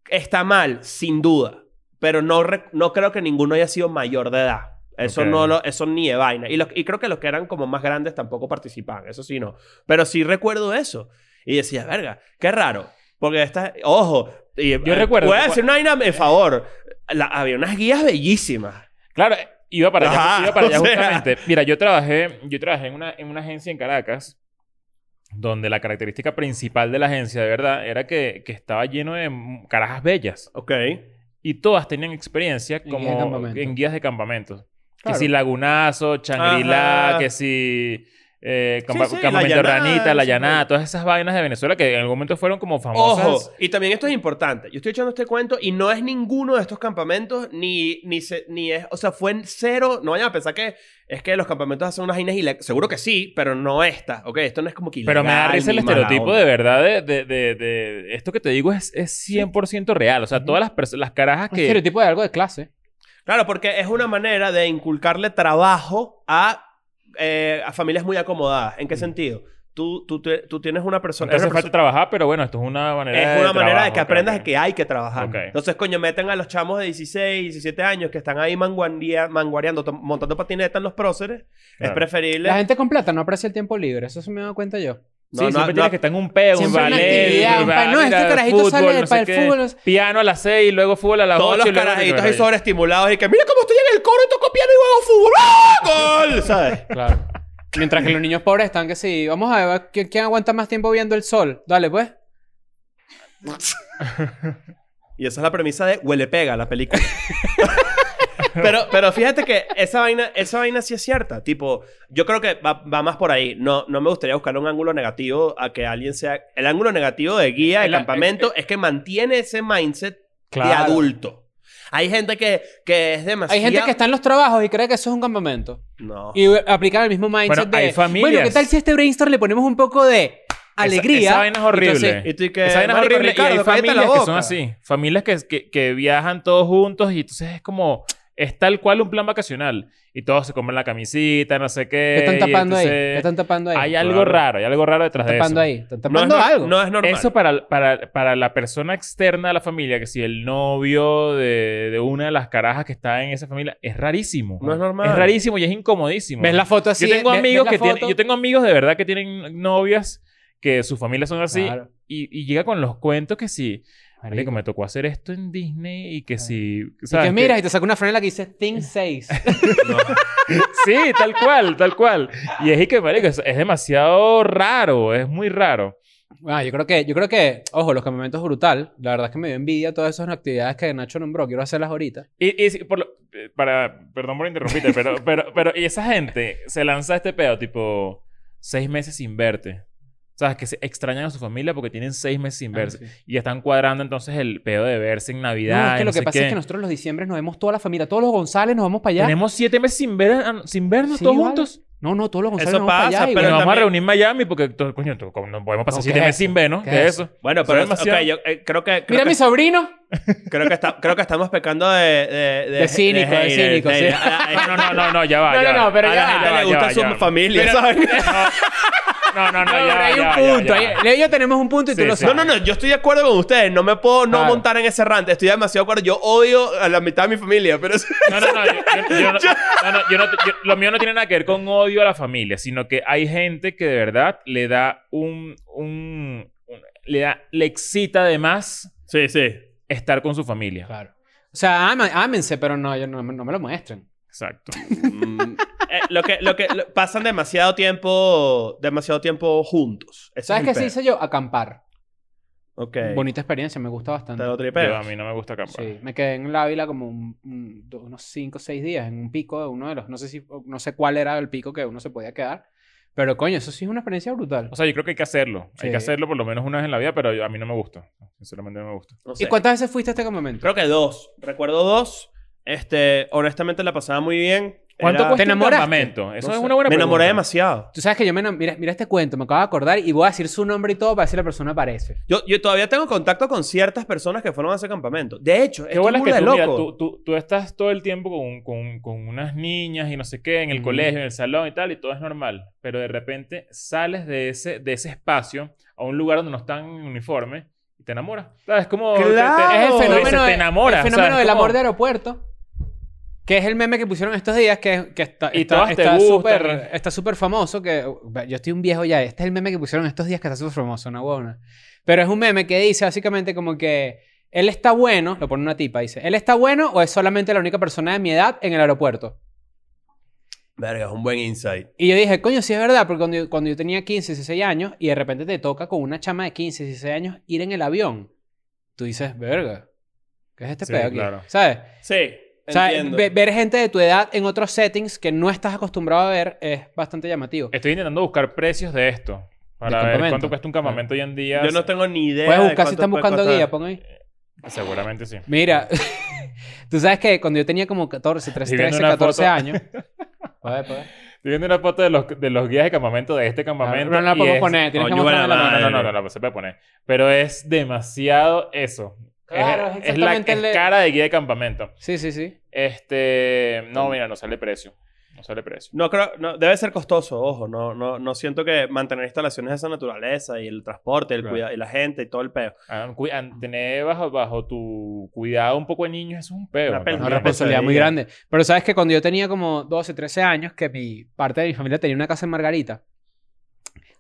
C: Está mal, sin duda, pero no, re- no creo que ninguno haya sido mayor de edad. Eso
B: Ok.
C: no lo, eso ni de vaina. Y, los- y creo que los que eran como más grandes tampoco participaban, eso sí no. Pero sí recuerdo eso. Y decía, verga, qué raro. Porque esta, ojo, y, eh,
B: Yo recuerdo
C: Voy a
B: que-
C: decir una vaina, por favor. La- había unas guías bellísimas.
B: Claro, iba para allá,
C: Ajá,
B: iba para allá
C: *laughs* o sea.
B: justamente. Mira, yo trabajé, yo trabajé en una, en una agencia en Caracas donde la característica principal de la agencia, de verdad, era que, que estaba lleno de m- carajas bellas.
C: Ok.
B: Y todas tenían experiencia
D: En
B: como
D: guías de campamento.
B: en guías de campamentos.
D: Claro.
B: Que si Lagunazo, Changrilá,
C: Ajá.
B: que si eh, campa-
C: Sí, sí,
B: Campamento
C: La Llanada,
B: Ranita, La
C: sí,
B: Llanada,
C: sí.
B: todas esas vainas de Venezuela que en algún momento fueron como famosas.
C: Ojo, y también esto es importante. Yo estoy echando este cuento y no es ninguno de estos campamentos, ni, ni, se- ni es, o sea, fue en cero. No vayan a pensar que es que los campamentos hacen unas vainas ilegales. Seguro que sí, pero no esta, ¿ok? Esto no es como que
B: Pero me da
C: ilegal
B: risa el
C: ni mala
B: estereotipo
C: onda.
B: de verdad de, de, de, de- esto que te digo es, es 100% real. O sea, todas las, perso- las carajas
D: Un
B: que...
D: estereotipo de algo de clase.
C: Claro, porque es una manera de inculcarle trabajo a, eh, a familias muy acomodadas. ¿En qué sentido? tú, tú, te- tú tienes una persona...
B: Mm. Entonces
C: es
B: hace
C: una
B: falta
C: perso-
B: trabajar, pero bueno, esto es una manera
C: es
B: de
C: una manera de
B: trabajo,
C: que aprendas
B: claro.
C: que hay que trabajar.
B: Ok.
C: Entonces, coño, meten a los chamos de 16, 17 años que están ahí manguandía- manguareando, to- montando patinetas en los próceres. Es
B: Claro.
C: preferible...
D: La gente con plata no aprecia el tiempo libre. Eso se me he dado cuenta yo.
C: No,
B: sí,
C: no,
B: siempre
C: no-
B: tienes que estar en un peo, un
D: Siempre una
B: ballet,
D: actividad,
C: Pues
D: un pa- no, este
B: mira,
D: carajito sale
B: no sé
D: para el
B: qué,
D: fútbol, es-
B: Piano a las 6, luego fútbol a las 8.
C: Todos los carajitos ahí sobreestimulados y que mira cómo estoy en el coro y toco piano y juego fútbol.
B: *laughs*
C: ¡Ah, ¡Gol! ¿Sabes?
D: Claro. Mientras
C: *laughs*
D: que los niños pobres están que sí. Vamos a ver quién, quién aguanta más tiempo viendo el sol. Dale, pues.
C: Y esa es la premisa de Huele Pega, la película. *laughs* pero, pero fíjate que esa vaina, esa vaina sí es cierta. Tipo, yo creo que va, va más por ahí. No, no me gustaría buscar un ángulo negativo a que alguien sea... El ángulo negativo de guía de
B: El-
C: campamento es que mantiene ese mindset de
B: Claro.
C: adulto. Hay gente que, que es demasiado...
D: Hay gente que está en los trabajos y cree que eso es un campamento.
C: No.
D: Y aplicar el mismo mindset
B: Bueno, hay
D: de...
B: familias.
D: Bueno, ¿qué tal si a este brainstorm le ponemos un poco de alegría?
B: Esa, vaina es horrible.
D: Entonces,
C: y tú y
B: *laughs*
C: que,
B: esa vaina es
C: "Marico,
B: horrible. y hay
C: Ricardo, cállate la
B: familias que son
C: boca".
B: así. Familias que, que, que viajan todos juntos y entonces es como... Es tal cual un plan vacacional. Y todos se comen la camisita, no sé qué.
D: ¿Qué están
B: Eh, y
D: tapando ahí?
B: entonces
D: ¿Qué están tapando ahí?
B: Hay algo
C: Claro.
B: raro, hay algo raro detrás
D: ¿Están
B: de
D: tapando
B: eso.
D: ahí? ¿Están
C: No es,
D: tapando
C: nor-
D: algo?
C: no es normal.
B: Eso para, para, para la persona externa de la familia, que si el novio de, de una de las carajas que está en esa familia, es rarísimo.
C: No es normal.
B: Es rarísimo y es incomodísimo.
D: ¿Ves la foto así?
B: yo tengo
D: ¿Ves- ves
B: amigos
D: la
B: que tienen,
D: foto?
B: yo tengo amigos de verdad que tienen novias que sus familias son así
D: Claro.
B: y, y llega con los cuentos que si,
D: Marico.
B: marico, me tocó hacer esto en Disney y que
D: Claro.
B: si,
D: Y
B: ¿sabes?
D: que mira, y te saca una franela que dice Thing 6.
B: *laughs* Sí, tal cual, tal cual. Y es y que, marico, es, es demasiado raro, es muy raro.
D: Ah, yo creo que, yo creo que, ojo, los campamentos brutal. La verdad es que me dio envidia todas esas actividades que Nacho nombró. Quiero hacerlas ahorita.
B: Y, y si- por lo- eh, para, perdón por
D: *laughs*
B: interrumpirte, pero, pero, pero, y esa gente se lanza este pedo, tipo, seis meses sin verte. ¿Sabes? Que se extrañan a su familia porque tienen seis meses
D: Ah,
B: sin verse. Y están cuadrando entonces el pedo de verse en Navidad.
D: no, es que
B: y
D: lo que
B: sé
D: pasa
B: qué.
D: es que nosotros los diciembre nos vemos toda la familia. Todos los González nos vamos para allá.
B: Tenemos siete meses sin, ver, a- sin vernos
D: Sí,
B: todos
D: vale.
B: juntos.
D: No, no, todos los González
C: Eso
D: nos vamos
C: pasa,
D: para allá. y
B: Pero
C: Pero
B: nos vamos a
C: también-
B: reunir en Miami porque, to- coño, to- como no podemos pasar
D: No,
B: siete
D: ¿qué es
B: meses sin vernos.
D: ¿Qué
B: ¿Qué,
D: es
B: es eso? *laughs*
C: Bueno,
B: Eso
C: pero
B: es demasiado.
D: *laughs*
C: ok, yo eh, creo que... creo
D: Mira
C: que-
D: mi sobrino.
C: Creo que, está- creo que estamos pecando de... De,
D: De cínico, de
C: haters,
D: cínico,
C: haters.
D: sí.
C: A- a-
B: No, no, no, no, no, ya va.
D: No,
B: ya
D: no,
B: va.
D: no, pero
B: Ah,
D: ya
C: a la
D: va,
C: gente le gusta su
B: va.
C: familia,
D: *laughs*
B: Pero-
C: ¿sabes?
B: No, no, no,
D: No, pero
B: ya,
D: hay
B: ya,
D: un
B: ya,
D: punto.
B: ya.
D: hay- Ellos tenemos un punto y tú
B: Sí,
D: lo
B: sí.
D: sabes.
C: No, no, no, yo estoy de acuerdo con ustedes. No me puedo no
D: Claro.
C: montar en ese rant. Estoy demasiado de acuerdo. Yo odio a la mitad de mi familia, pero...
B: No, no, no. Yo, yo- yo no, no, no, yo no- yo- lo mío no tiene nada que ver con odio a la familia, sino que hay gente que de verdad le da un. un, un- le, da, le excita además
C: Sí, sí.
B: estar con su familia.
D: Claro. O sea, ama- ámense, pero no, yo no, no me lo muestren.
B: Exacto.
C: Mm, eh, lo que... Lo que lo- pasan demasiado tiempo... Demasiado tiempo juntos. Ese
D: ¿Sabes
C: es
D: qué
C: el
D: se
C: pedo.
D: hice yo? Acampar.
C: Ok.
D: Bonita experiencia, me gusta
C: Te
D: bastante.
C: lo
B: Pero
C: tripeo.
B: a mí no me gusta acampar.
D: Sí, me quedé en la Ávila como un- un- do- unos 5 o 6 días en un pico de uno de los, no sé si, no sé cuál era el pico que uno se podía quedar, pero coño, eso sí es una experiencia brutal.
B: O sea, yo creo que hay que hacerlo. Hay
D: Sí.
B: que hacerlo por lo menos una vez en la vida, pero yo- a mí no me gusta. Sinceramente no me gusta.
C: No
D: ¿Y
C: sé.
D: cuántas veces fuiste a este campamento?
C: Creo que dos. Recuerdo dos. Este... Honestamente la pasaba muy bien.
B: ¿Cuánto
C: Era-
B: cuesta
D: ¿Te
B: un
D: enamoraste?
B: campamento? Eso
C: no
B: es
C: sé.
B: una buena
C: Me enamoré
B: pregunta.
C: demasiado.
D: Tú sabes que yo me... enam- Mira, mira este cuento, me acabo de acordar y voy a decir su nombre y todo para ver si la persona aparece.
C: Yo, yo todavía tengo contacto con ciertas personas que fueron a ese campamento. De hecho,
B: Qué
C: esto
B: bolas
C: es
B: que
C: burda
B: tú,
C: de
B: mira,
C: loco.
B: tú, tú- tú estás todo el tiempo con, con- con unas niñas y no sé qué, en el
D: Mm.
B: colegio, en el salón y tal, y todo es normal. Pero de repente sales de ese, de ese espacio a un lugar donde no están en uniforme y te enamoras. ¿Sabes? Es como... te- te-
C: ¡Claro!
B: es el
C: Tú
B: fenómeno
D: de-
B: te enamoras.
D: el fenómeno
B: ¿sabes?
D: del
B: Como-
D: amor de aeropuerto, que es el meme que pusieron estos días, que, que está
B: Y
D: está-
B: todas te
D: está
B: gustan.
D: súper está súper famoso, que yo estoy un viejo ya, este es el meme que pusieron estos días que está súper famoso, una huevona. Pero es un meme que dice básicamente como que él está bueno, lo pone una tipa, dice, él está bueno o es solamente la única persona de mi edad en el aeropuerto.
C: Verga, es un buen insight.
D: Y yo dije, coño, sí es verdad, porque cuando yo, cuando yo tenía 15, 16 años y de repente te toca con una chama de 15, 16 años ir en el avión, tú dices, verga, ¿qué es este
B: Sí,
D: pedo aquí?
B: claro.
D: ¿Sabes?
C: Sí.
D: O sea, ve- ver gente de tu edad en otros settings que no estás acostumbrado a ver es bastante llamativo.
B: Estoy intentando buscar precios de esto. Para
D: Del
B: ver
D: campamento. Ah.
B: cuánto cuesta un campamento hoy en día.
C: Yo no tengo ni idea.
D: Puedes
C: de
D: buscar si
C: Eh, cuánto
D: están
C: puede
D: buscando
C: costar.
D: guía, pon ahí.
B: Seguramente sí.
D: Mira, *laughs* tú sabes que cuando yo tenía como 14, 13,
B: Estoy viendo
D: 13,
B: una
D: 14
B: foto.
C: *laughs*
D: años. A ver, a
E: pues.
D: ver.
B: Estoy viendo una foto de los, de los guías de campamento de este campamento.
D: No, no la
B: y
D: podemos
B: es-
D: poner, tienes que
C: Coño,
D: mostrarme la
C: buena
D: mano.
B: No, no, no,
C: Madre.
B: no, no, se puede poner. Pero es demasiado eso.
D: Claro, es
B: es, es la
D: exactamente el de-
B: es cara de guía de campamento.
D: Sí, sí, sí.
B: Este. No, mira, no sale precio. No sale precio.
C: No creo, no, debe ser costoso, ojo. No, no, no siento que mantener instalaciones de esa naturaleza y el transporte, el
B: Claro.
C: cuida- y la gente y todo el peo.
B: Ah, cu- an- tener bajo, bajo tu cuidado un poco de niños eso es un peo.
C: Una
B: ¿no?
C: pelvis.
D: Una
C: Una
D: responsabilidad muy
C: pesadilla.
D: grande. Pero sabes que cuando yo tenía como 12, 13 años, que mi parte de mi familia tenía una casa en Margarita,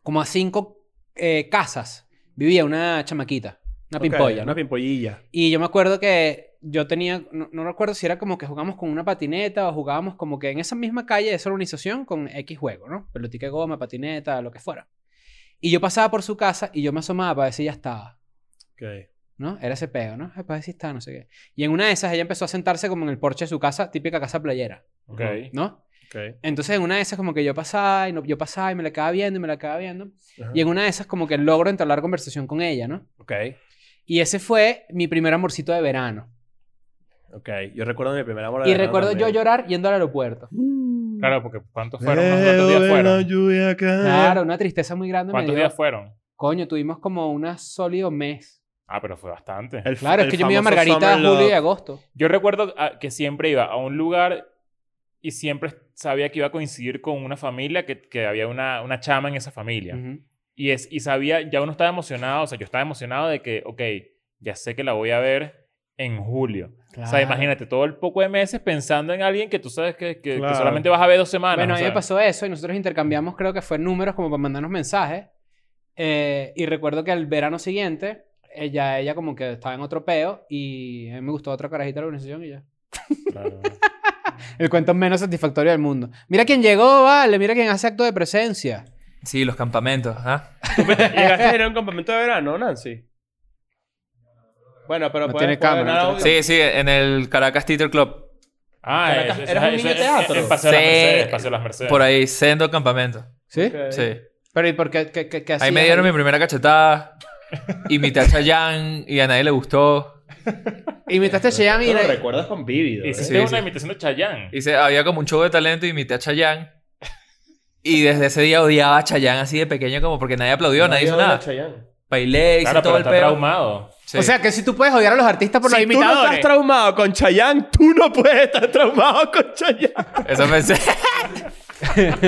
D: como a cinco eh, casas vivía una chamaquita, una
C: Ok,
D: pimpolla. ¿no?
C: Una pimpollilla.
D: Y yo me acuerdo que yo tenía, no, no recuerdo si era como que jugamos con una patineta o jugábamos como que en esa misma calle de esa urbanización con X juego, ¿no? Pelotica de goma, patineta, lo que fuera. Y yo pasaba por su casa y yo me asomaba para ver si ella estaba,
C: Ok.
D: ¿no? Era ese peo, ¿no? "Ay, Para ver si está, no sé qué. Y en una de esas ella empezó a sentarse como en el porche de su casa, típica casa playera,
B: Ok.
D: ¿no?
C: Ok.
D: Entonces en una de esas como que yo pasaba y no, yo pasaba y me la quedaba viendo y me la quedaba viendo.
C: Ajá.
D: Y en una de esas como que logro entablar conversación con ella, ¿no?
C: Ok.
D: Y ese fue mi primer amorcito de verano.
C: Ok. Yo recuerdo mi primer amor. de
D: Y
C: verano
D: recuerdo yo
C: también.
D: llorar yendo al aeropuerto.
B: Claro, porque ¿cuántos fueron? ¿Unos ¿Cuántos días fueron?
E: Ah.
D: Claro, una tristeza muy grande. me
B: ¿Cuántos
D: dio.
B: días fueron?
D: Coño, tuvimos como un sólido mes.
B: Ah, pero fue bastante.
C: El-
D: Claro,
C: el
D: es que yo me iba a
C: famoso
D: Margarita
C: Summer
D: julio y
C: Love.
D: agosto.
B: Yo recuerdo a- que siempre iba a un lugar y siempre sabía que iba a coincidir con una familia, que, que había una, una chama en esa familia.
D: Ujú.
B: y, es, y sabía, ya uno estaba emocionado, o sea, yo estaba emocionado de que, ok, ya sé que la voy a ver en julio. O sea,
D: Claro.
B: imagínate todo el poco de meses pensando en alguien que tú sabes que, que- que
C: Claro.
B: solamente vas a ver dos semanas.
D: Bueno,
B: o
D: a mí me
B: sea.
D: pasó eso y nosotros intercambiamos, creo que fue números como para mandarnos mensajes. Eh, y recuerdo que al verano siguiente, ella, ella como que estaba en otro peo y a mí me gustó otra carajita de la organización y ya. El cuento menos satisfactorio del mundo. Mira quién llegó, vale, mira quién hace acto de presencia.
E: Sí, los campamentos, ¿ah?
C: ¿Llegaste a ir a un campamento de verano, Nancy? Bueno, pero
D: No
C: puedes-
D: tiene
C: puedes
D: cámara,
C: ganar
D: no
C: audio.
E: Sí, sí, en el Caracas Theater Club.
B: *laughs* Ah,
C: Caracas,
B: ese-
C: ¿eras un
B: ese-
C: niño
B: ese-
C: teatro?
B: el Paseo de las
E: Sí.
B: Mercedes. el Paseo de las Mercedes.
E: Por ahí, sendo campamento.
D: ¿Sí?
C: Ok.
E: Sí.
D: Pero ¿y por qué? qué, qué- qué
E: Ahí
D: hacías
E: me dieron mi primera cachetada. Imité a Chayanne y a nadie le gustó.
D: Imitaste a Cheyenne
C: Tú
D: y...
C: lo recuerdas con vívido.
B: Hiciste
E: Sí,
B: una
E: sí.
B: imitación de Chayanne.
E: Hice, había como un show de talento y imité a Chayanne. Y desde ese día odiaba a Chayanne así de pequeño como porque nadie aplaudió, nadie, hizo nada. Bailé, hice
B: Claro,
E: todo
B: pero
E: el
B: está
E: peo.
B: traumado.
E: Sí.
D: O sea, que si tú puedes odiar a los artistas por los
C: Si tú no estás
D: imitadores.
C: traumado con Chayanne, tú no puedes estar traumado con Chayanne.
E: Eso
B: *laughs*
E: pensé.
D: *laughs*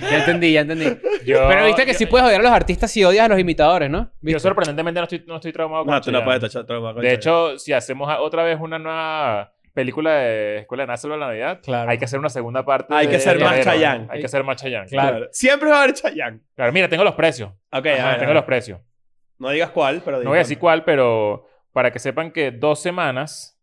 D: ya entendí, ya entendí.
B: Yo-
D: Pero viste que
B: yo-
D: sí puedes odiar a los artistas si odias a los imitadores, ¿no?
B: Yo
D: ¿Viste?
B: sorprendentemente no estoy, no estoy traumado con
C: No, tú no
B: Chayanne.
C: puedes estar traumado con
B: De
C: Chayanne.
B: hecho, si hacemos a- otra vez una nueva película de Escuela de Nada Salva la Navidad,
D: Claro.
B: hay que hacer una segunda parte.
C: Hay que
B: de
C: ser más
B: Guerrero.
C: Chayanne.
B: Hay que ser más Chayanne. Claro.
D: Claro.
C: Siempre va a haber Chayanne.
B: mira, tengo los precios.
C: Ok,
B: Ajá,
C: a ver,
B: tengo
C: a ver.
B: los precios.
C: No digas cuál, pero
B: No voy a decir cuál, pero para que sepan que dos semanas,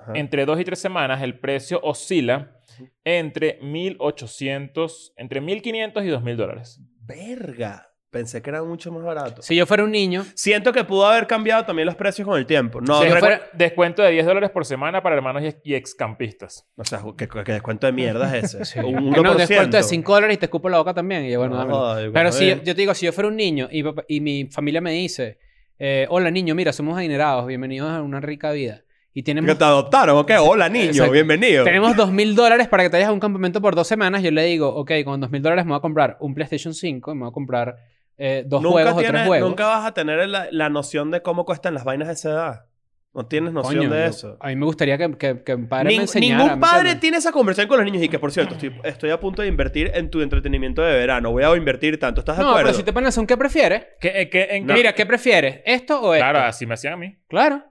C: Ajá.
B: entre dos y tres semanas, el precio oscila entre 1.800, entre 1.500 y 2.000 dólares.
C: Verga. Pensé que era mucho más barato.
D: Si yo fuera un niño,
C: Siento que pudo haber cambiado también los precios con el tiempo.
D: Sí.
C: No, no,
D: Pero
B: Descu-
D: fuera-
B: Descuento de 10 dólares por semana para hermanos y, y excampistas.
C: o sea, que, que descuento de mierda es ese.
D: sí.
C: Un
D: Que
C: 1%.
D: no, descuento de 5 dólares y te escupo la boca también. Y yo, bueno,
C: No,
D: dámelo.
C: Ah, joder, bueno,
D: Pero si yo,
C: bien.
D: yo te digo, si yo fuera un niño y, papá- y mi familia me dice, eh, hola niño, mira, somos adinerados, bienvenidos a una rica vida. Y
C: ¿Que
D: tenemos,
C: te adoptaron o qué? Hola, niño.
D: Exacto.
C: Bienvenido.
D: tenemos dos mil dólares para que te vayas a un campamento por dos semanas. Yo le digo, ok, con dos mil dólares me voy a comprar un PlayStation 5 y me voy a comprar eh, dos juegos o tres
C: tienes-
D: juegos.
C: Nunca vas a tener la, la noción de cómo cuestan las vainas de esa edad. No tienes noción
D: Coño,
C: de
D: yo-
C: eso.
D: A mí me gustaría que, que, que un padre
C: Nin-
D: me enseñara.
C: ningún
D: ¿me
C: padre
D: entiendes?
C: tiene esa conversación con los niños y que, por cierto, estoy, estoy a punto de invertir en tu entretenimiento de verano. Voy a invertir tanto. ¿Estás de
D: No,
C: acuerdo? Eh,
D: pero si te pones un ¿qué prefieres?
B: ¿Qué, eh, qué- en qué-
D: Mira, ¿qué prefieres? ¿Esto o esto?
B: Claro, así me hacían a mí.
D: Claro.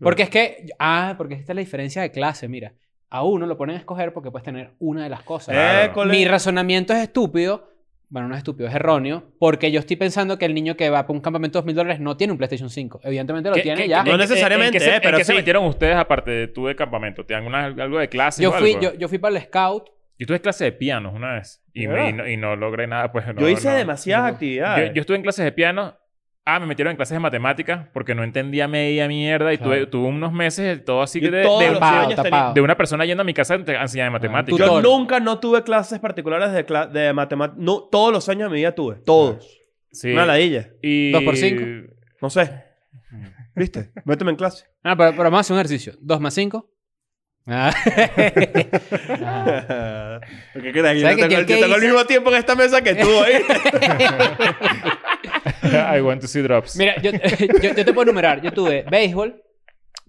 D: Porque es que... Ah, porque esta es la diferencia de clase, mira. A uno lo ponen a escoger porque puedes tener una de las cosas.
B: Claro.
C: École.
D: Mi razonamiento es estúpido. Bueno, no es estúpido, es erróneo. Porque yo estoy pensando que el niño que va para un campamento de 2000 dólares no tiene un PlayStation 5. Evidentemente lo
B: ¿Qué-
D: tiene
B: qué-
D: ya.
B: qué-
C: No
B: en- en-
C: necesariamente,
B: ¿En qué se,
C: eh,
B: en
C: pero
B: qué se
C: sí.
B: metieron ustedes aparte de tú de campamento? ¿Te dan una- algo de clase
D: yo,
B: o
D: fui,
B: algo?
D: yo, yo fui para el scout.
B: Yo tuve clases de pianos una vez y,
C: ¿De
B: me-
C: verdad?
B: y no, y no logré nada. Pues, no,
C: yo hice
B: no.
C: demasiadas
D: Yo-
C: actividades.
B: Yo, yo estuve en clases de piano. Ah, me metieron en clases de matemáticas porque no entendía media mierda y
D: Claro.
B: tuve, tuve unos meses todo así
C: Yo
B: de, de,
C: todos los
D: Tapado,
C: años tenía-
D: tapado.
B: de una persona yendo a mi casa a enseñar
D: Ah,
B: matemáticas.
C: Yo
D: Tutor.
C: nunca no tuve clases particulares de, cla- de matemáticas. No, todos los años de mi vida tuve. Todos.
B: Sí.
C: Una ladilla.
B: Y...
D: Dos por cinco.
C: No sé. ¿Viste? Méteme en clase.
D: Ah, pero, pero vamos a hacer un ejercicio. 2 más 5. *laughs* Ah. Ah.
C: *laughs* Porque crees? Yo
D: ¿Sabes que-
C: tengo, el-
D: que-
C: yo tengo el
D: que-
C: mismo tiempo en esta mesa que tú ¿eh?
B: *laughs*
D: *laughs*
B: I want to see
D: *laughs*
B: drops.
D: Mira, yo, yo, yo te puedo enumerar. Yo tuve béisbol,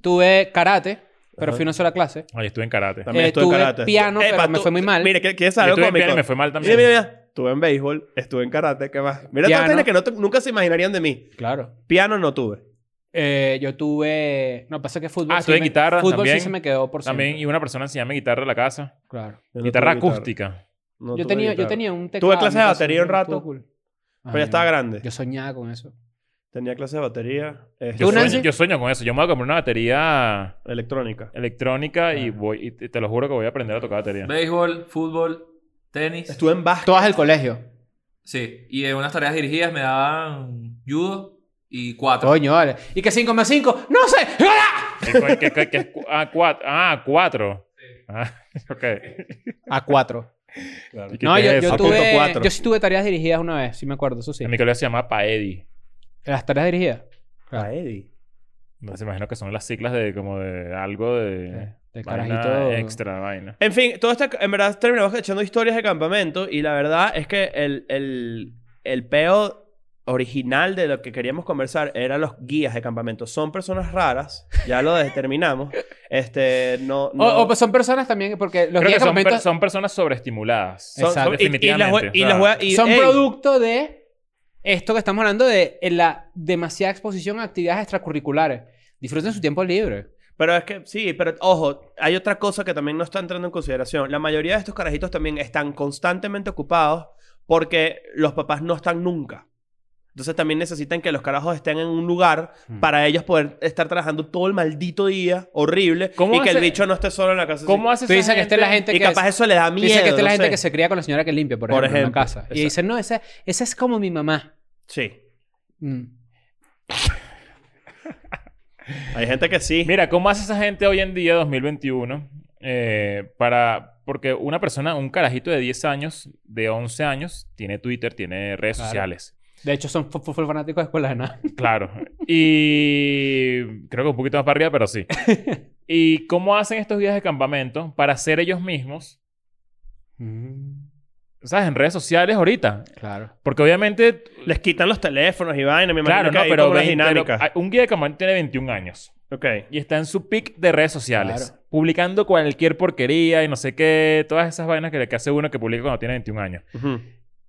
D: tuve karate, pero fui a una sola clase.
B: Oye, estuve en karate.
D: Eh, tuve piano, pero me fue muy mal.
C: Mire, ¿qué, es
B: Yo
C: algo
B: estuve en
C: cómico?
B: piano y me fue mal
C: Mira,
B: también.
C: mira, mira. Estuve en béisbol, estuve en karate, ¿qué más? Mira todas
D: Piano.
C: las que no te- nunca se imaginarían de mí.
D: Claro.
C: Piano no tuve.
D: Eh, yo tuve... No, pasa que fútbol
B: Ah, estuve en
D: me-
B: guitarra
D: Fútbol
B: también.
D: sí se me quedó por siempre.
B: También, y una persona enseñarme guitarra en la casa.
D: Claro.
C: Yo no
B: guitarra
C: tuve guitarra.
B: acústica.
C: No
D: yo,
C: tuve
D: tenía, yo
C: guitarra.
D: tenía un teclado. en
C: clases
D: mi
C: de
D: casa,
C: batería un
D: estuvo
C: rato,
D: cool.
C: Pero
D: Ay,
C: ya estaba
D: no.
C: grande.
D: Yo soñaba con eso.
C: Tenía clases de batería. este,
B: Yo,
D: ¿Tú,
B: sueño,
D: Nancy?
B: yo sueño con eso. Yo me voy a comprar una
D: Ah.
B: batería
C: Electrónica.
B: electrónica y voy y te te lo juro que voy a aprender a tocar batería.
E: Béisbol, fútbol, tenis.
C: Estuve en básquet.
D: Todas del colegio.
E: Sí. Y en unas tareas dirigidas me daban judo y cuatro.
D: Coño, vale. ¿Y que 5 más 5? ¡No sé! ¡Ah!
B: ¿Qué co- qué- qué- qué es cu- ah, cuatro. Ah, cuatro. Ah, *laughs* ok.
D: A 4.
B: ¿Y qué-
D: No,
B: qué
D: yo,
B: es
D: yo
B: eso?
C: punto
D: tuve...
C: cuatro.
D: Yo sí tuve tareas dirigidas una vez. Sí me acuerdo, eso sí.
B: En mi colegio se llama Paedi.
D: Las tareas dirigidas.
C: A Eddie.
B: No se imagino que son las siglas de como de algo de,
D: De
B: vaina
D: carajito.
B: extra vaina.
C: En fin, todo este, en verdad terminamos echando historias de campamento y la verdad es que el, el, el peo original de lo que queríamos conversar eran los guías de campamento. Son personas raras, ya lo determinamos. Este, no...
D: O-
C: no
D: O, pues son personas también, porque los
B: Creo
D: guías
B: que
D: de
B: son, per-
D: campamento
B: son personas sobreestimuladas.
D: Son- Exacto.
C: y- y las voy-
B: definitivamente.
C: y las voy a- y,
D: son
C: ey,
D: producto de esto que estamos hablando de eh, la demasiada exposición a actividades extracurriculares. Disfruten su tiempo libre.
C: Pero es que, sí, pero ojo, hay otra cosa que también no está entrando en consideración. La mayoría de estos carajitos también están constantemente ocupados porque los papás no están nunca. Entonces también necesitan que los carajos estén en un lugar
D: Hmm.
C: para ellos poder estar trabajando todo el maldito día, horrible,
B: ¿Cómo
C: y que el
B: hace-
C: bicho no esté solo en la casa.
B: ¿Cómo hace
D: Tú dices que esta es la gente
C: y
D: que...
C: capaz
D: es-
C: eso le da
D: tú
C: miedo.
D: dices que esta es la
C: no
D: gente
C: sé.
D: que se cría con la señora que limpia, por
C: Por
D: ejemplo, en la
C: ejemplo,
D: casa. Y
C: exacto.
D: dicen, no, esa, esa es como mi mamá.
C: Sí.
D: Mm.
C: Hay gente que sí.
B: Mira, ¿cómo hace esa gente hoy en día, 2021, eh, para... Porque una persona, un carajito de 10 años, de 11 años, tiene Twitter, tiene redes
D: Claro.
B: sociales.
D: De hecho, son fu- fu- fu- fanáticos de escuelas de nada.
B: Claro. Y creo que un poquito más para arriba, pero
C: *laughs*
B: sí. ¿Y cómo hacen estos guías de campamento para ser ellos mismos,
C: Mm,
B: sabes, en redes sociales ahorita?
D: Claro.
B: Porque obviamente,
C: Les quitan los teléfonos y vaina. Me imagino
B: claro,
C: que
B: no,
C: hay
B: pero,
C: como unas
B: 20, pero
C: dinámicas.
B: hay- un guía de campamento tiene 21 años.
C: Ok.
B: Y está en su pic de redes sociales.
D: Claro.
B: Publicando cualquier porquería y no sé qué. Todas esas vainas que, que hace uno que publica cuando tiene 21 años.
C: Ujú.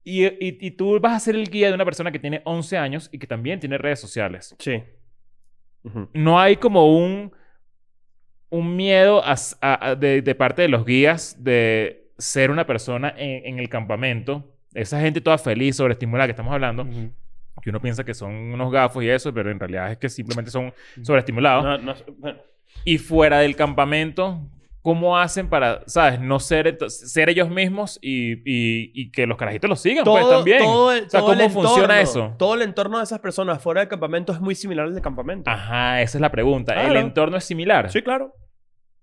B: Y, y- y tú vas a ser el guía de una persona que tiene 11 años y que también tiene redes sociales.
C: Sí. Ujú.
B: No hay como un... Un miedo a s- a- a- de, de parte de los guías de ser una persona en, en el campamento. Esa gente toda feliz, sobreestimulada que estamos hablando.
D: Ujú.
B: Que uno piensa que son unos gafos y eso, pero en realidad es que simplemente son sobreestimulados.
C: Mm. No, no, bueno.
B: y fuera del campamento, ¿cómo hacen para, sabes, no ser, ento- ser ellos mismos y, y- y que los carajitos los sigan? *laughs* pues también.
C: Todo el,
B: o sea,
C: todo el
B: ¿cómo funciona
C: entorno,
B: eso?
C: Todo el entorno de esas personas fuera del campamento es muy similar al del campamento.
B: Ajá, esa es la pregunta. ¿El
C: Claro.
B: entorno es similar?
C: Sí, claro.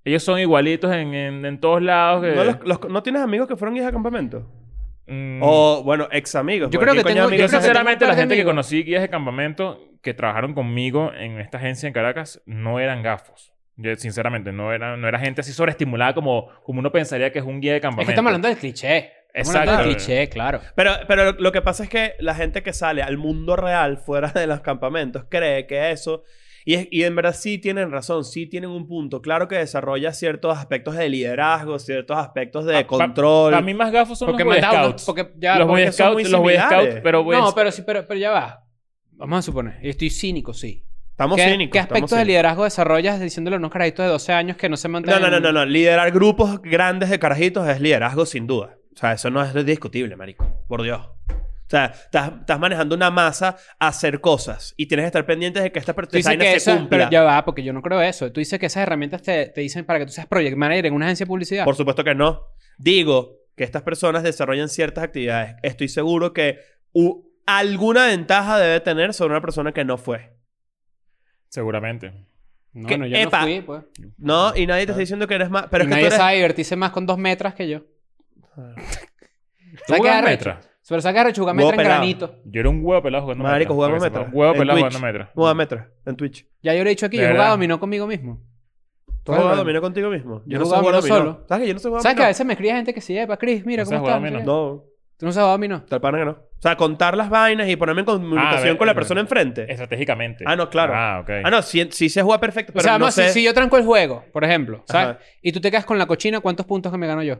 B: Ellos son igualitos en, en- en todos lados. que-
C: ¿No, los- los- no tienes amigos que fueron guías de campamento?
B: Mm,
C: O, bueno, ex amigos.
D: Yo
C: porque
D: creo que
C: ¿qué coño
D: tengo-
C: amigos
D: creo
B: yo
D: que
C: son?
D: será-
B: sinceramente
D: tengo un par
B: la
D: de
B: gente que
D: amigos.
B: conocí guías de campamento que trabajaron conmigo en esta agencia en Caracas no eran gafos. Yo, sinceramente, no era, no era gente así sobreestimulada como, como uno pensaría que es un guía de campamento.
D: Es que estamos hablando del cliché. Estamos hablando
B: Exacto.
D: del cliché, claro.
C: Pero, pero lo que pasa es que la gente que sale al mundo real fuera de los campamentos cree que eso... Y, es- y en verdad sí tienen razón, sí tienen un punto. Claro que desarrolla ciertos aspectos de liderazgo, ciertos aspectos de
B: Ah, pa-
C: control.
B: Para mí más gafos son
D: Porque
B: los Boy
D: mandaba uno-
B: Scouts.
D: porque ya,
B: los
D: porque
B: Boy
C: son muy
B: Scouts, los Boy
C: similares.
B: Scouts, pero Boy
D: No,
B: Sc-
D: pero sí, pero, pero ya va. Vamos a suponer, y estoy cínico, sí.
C: estamos
D: ¿Qué,
C: cínicos.
D: qué
C: estamos
D: aspectos de
C: cínicos.
D: liderazgo desarrollas diciéndole a unos carajitos de 12 años que no se
C: No,
D: mantienen?
C: no, no, no, no. Liderar grupos grandes de carajitos es liderazgo sin duda. O sea, eso no es discutible, marico. Por Dios. O sea, estás, estás manejando una masa a hacer cosas y tienes que estar pendientes de que esta per-
D: Tú dices
C: vaina
D: que
C: se
D: esas-
C: cumpla.
D: pero ya va, porque yo no creo eso. Tú dices que esas herramientas te, te dicen para que tú seas project manager en una agencia de publicidad.
C: Por supuesto que no. Digo que estas personas desarrollan ciertas actividades. Estoy seguro que u- alguna ventaja debe tener sobre una persona que no fue.
B: Seguramente.
D: no,
C: que-
D: bueno, yo
C: epa.
D: no fui, pues.
C: No, y nadie te está diciendo que eres más. Pero
D: Y
C: es que
D: nadie
C: tú eres. Ah.
D: sabe divertirse más con dos metras que yo. *laughs*
B: ¿Tú
D: ¿Sabes qué
B: jugabas
D: arrecho?
B: metra?
D: Pero saca rechuga
C: Huevo
D: metra en
C: pelado.
D: granito.
B: Yo era un huevo pelado jugando
C: Marico,
B: metra.
C: jugaba
B: Para que
C: metra.
B: sepa. Un huevo
C: En
B: pelado
C: Twitch.
B: jugando metra.
C: Juega metro en Twitch.
D: Ya yo lo he dicho aquí,
B: De
D: yo jugaba
B: verdad.
D: dominó conmigo mismo.
C: ¿Tú has jugado
D: Juega-
C: dominó contigo mismo?
D: Yo
C: no sé
D: jugaba
C: jugar
D: dominó
C: dominó.
D: solo.
C: ¿Sabes que yo no sé jugar
D: ¿Sabes que a
C: dominó?
D: veces me escribe gente que sí, epa, Chris, mira,
B: No
D: ¿cómo
B: sabes jugar
D: estás? No sé
B: dominó.
D: qué.
C: No.
D: ¿Tú no sabes jugar dominó?
C: Tal pana que no. O sea, contar las vainas y ponerme en comunicación
B: Ah, a ver,
C: con la
B: eh,
C: persona enfrente.
B: Estratégicamente.
C: Ah, no, claro.
B: Ah, ok.
C: Ah, no, sí, sí se juega perfecto,
D: O
C: pero
D: sea,
C: no
D: además, si-
C: sé...
D: si, yo tranco el juego, por ejemplo, ¿sabes?
C: Ajá.
D: Y tú te quedas con la cochina, ¿cuántos puntos que me gano yo?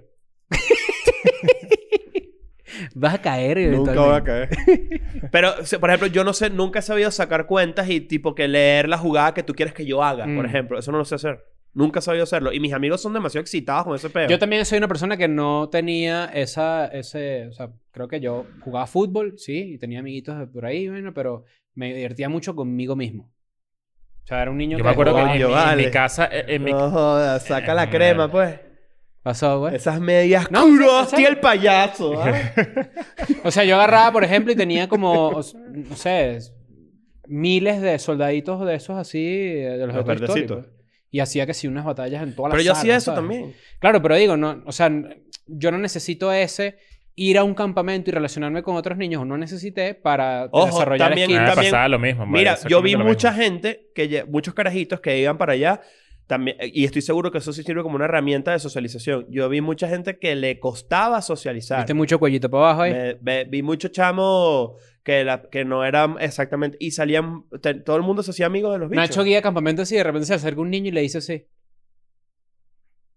D: Vas a caer eventualmente.
C: caer.
D: *laughs*
C: Pero, se- por ejemplo, yo no sé, nunca he sabido sacar cuentas y tipo que leer la jugada que tú quieres que yo haga, por
D: Mm.
C: ejemplo. Eso no lo sé hacer. Nunca he sabido hacerlo. Y mis amigos son demasiado excitados con ese pedo.
D: Yo también soy una persona que no tenía esa, ese, o sea, creo que yo jugaba fútbol, sí, y tenía amiguitos de por ahí, bueno, pero me divertía mucho conmigo mismo. O sea, era un niño
B: Yo
D: que
B: me acuerdo que en,
D: jugaba-
C: Yo,
B: mi- en
C: vale.
B: mi casa... eh, En mi...
C: No jodas, saca la crema, pues.
D: pasó, güey.
C: Esas medias
D: Eh, pues. No,
C: no,
D: en serio, en serio.
C: el payaso.
D: *laughs*
C: ¿ah?
D: O sea, yo agarraba, por ejemplo, y tenía como, o s- no sé, s- miles de soldaditos de esos así, eh, de los,
C: Los
D: de Toy Story,
C: verdecitos.
D: pues. Y hacía que sí unas batallas en todas las
C: Pero yo hacía eso también.
D: Claro, pero digo, no, o sea, n- yo no necesito ese ir a un campamento y relacionarme con otros niños, no necesité para
C: Ojo,
D: desarrollar
C: también-
B: Ah,
D: skills.
C: también-
B: pasaba lo mismo. vale,
C: Mira, yo vi
B: exactamente lo
C: mucha
B: mismo.
C: gente, que lle- muchos carajitos que iban para allá, también, y estoy seguro que eso sí sirve como una herramienta de socialización. Yo vi mucha gente que le costaba socializar.
D: Viste mucho cuellito para abajo ahí.
C: Me- ve- vi muchos chamos que, la- que no eran exactamente. Y salían. te- todo el mundo se hacía amigo de los bichos.
D: Nacho guía de campamento así, de repente se acerca un niño y le dice así.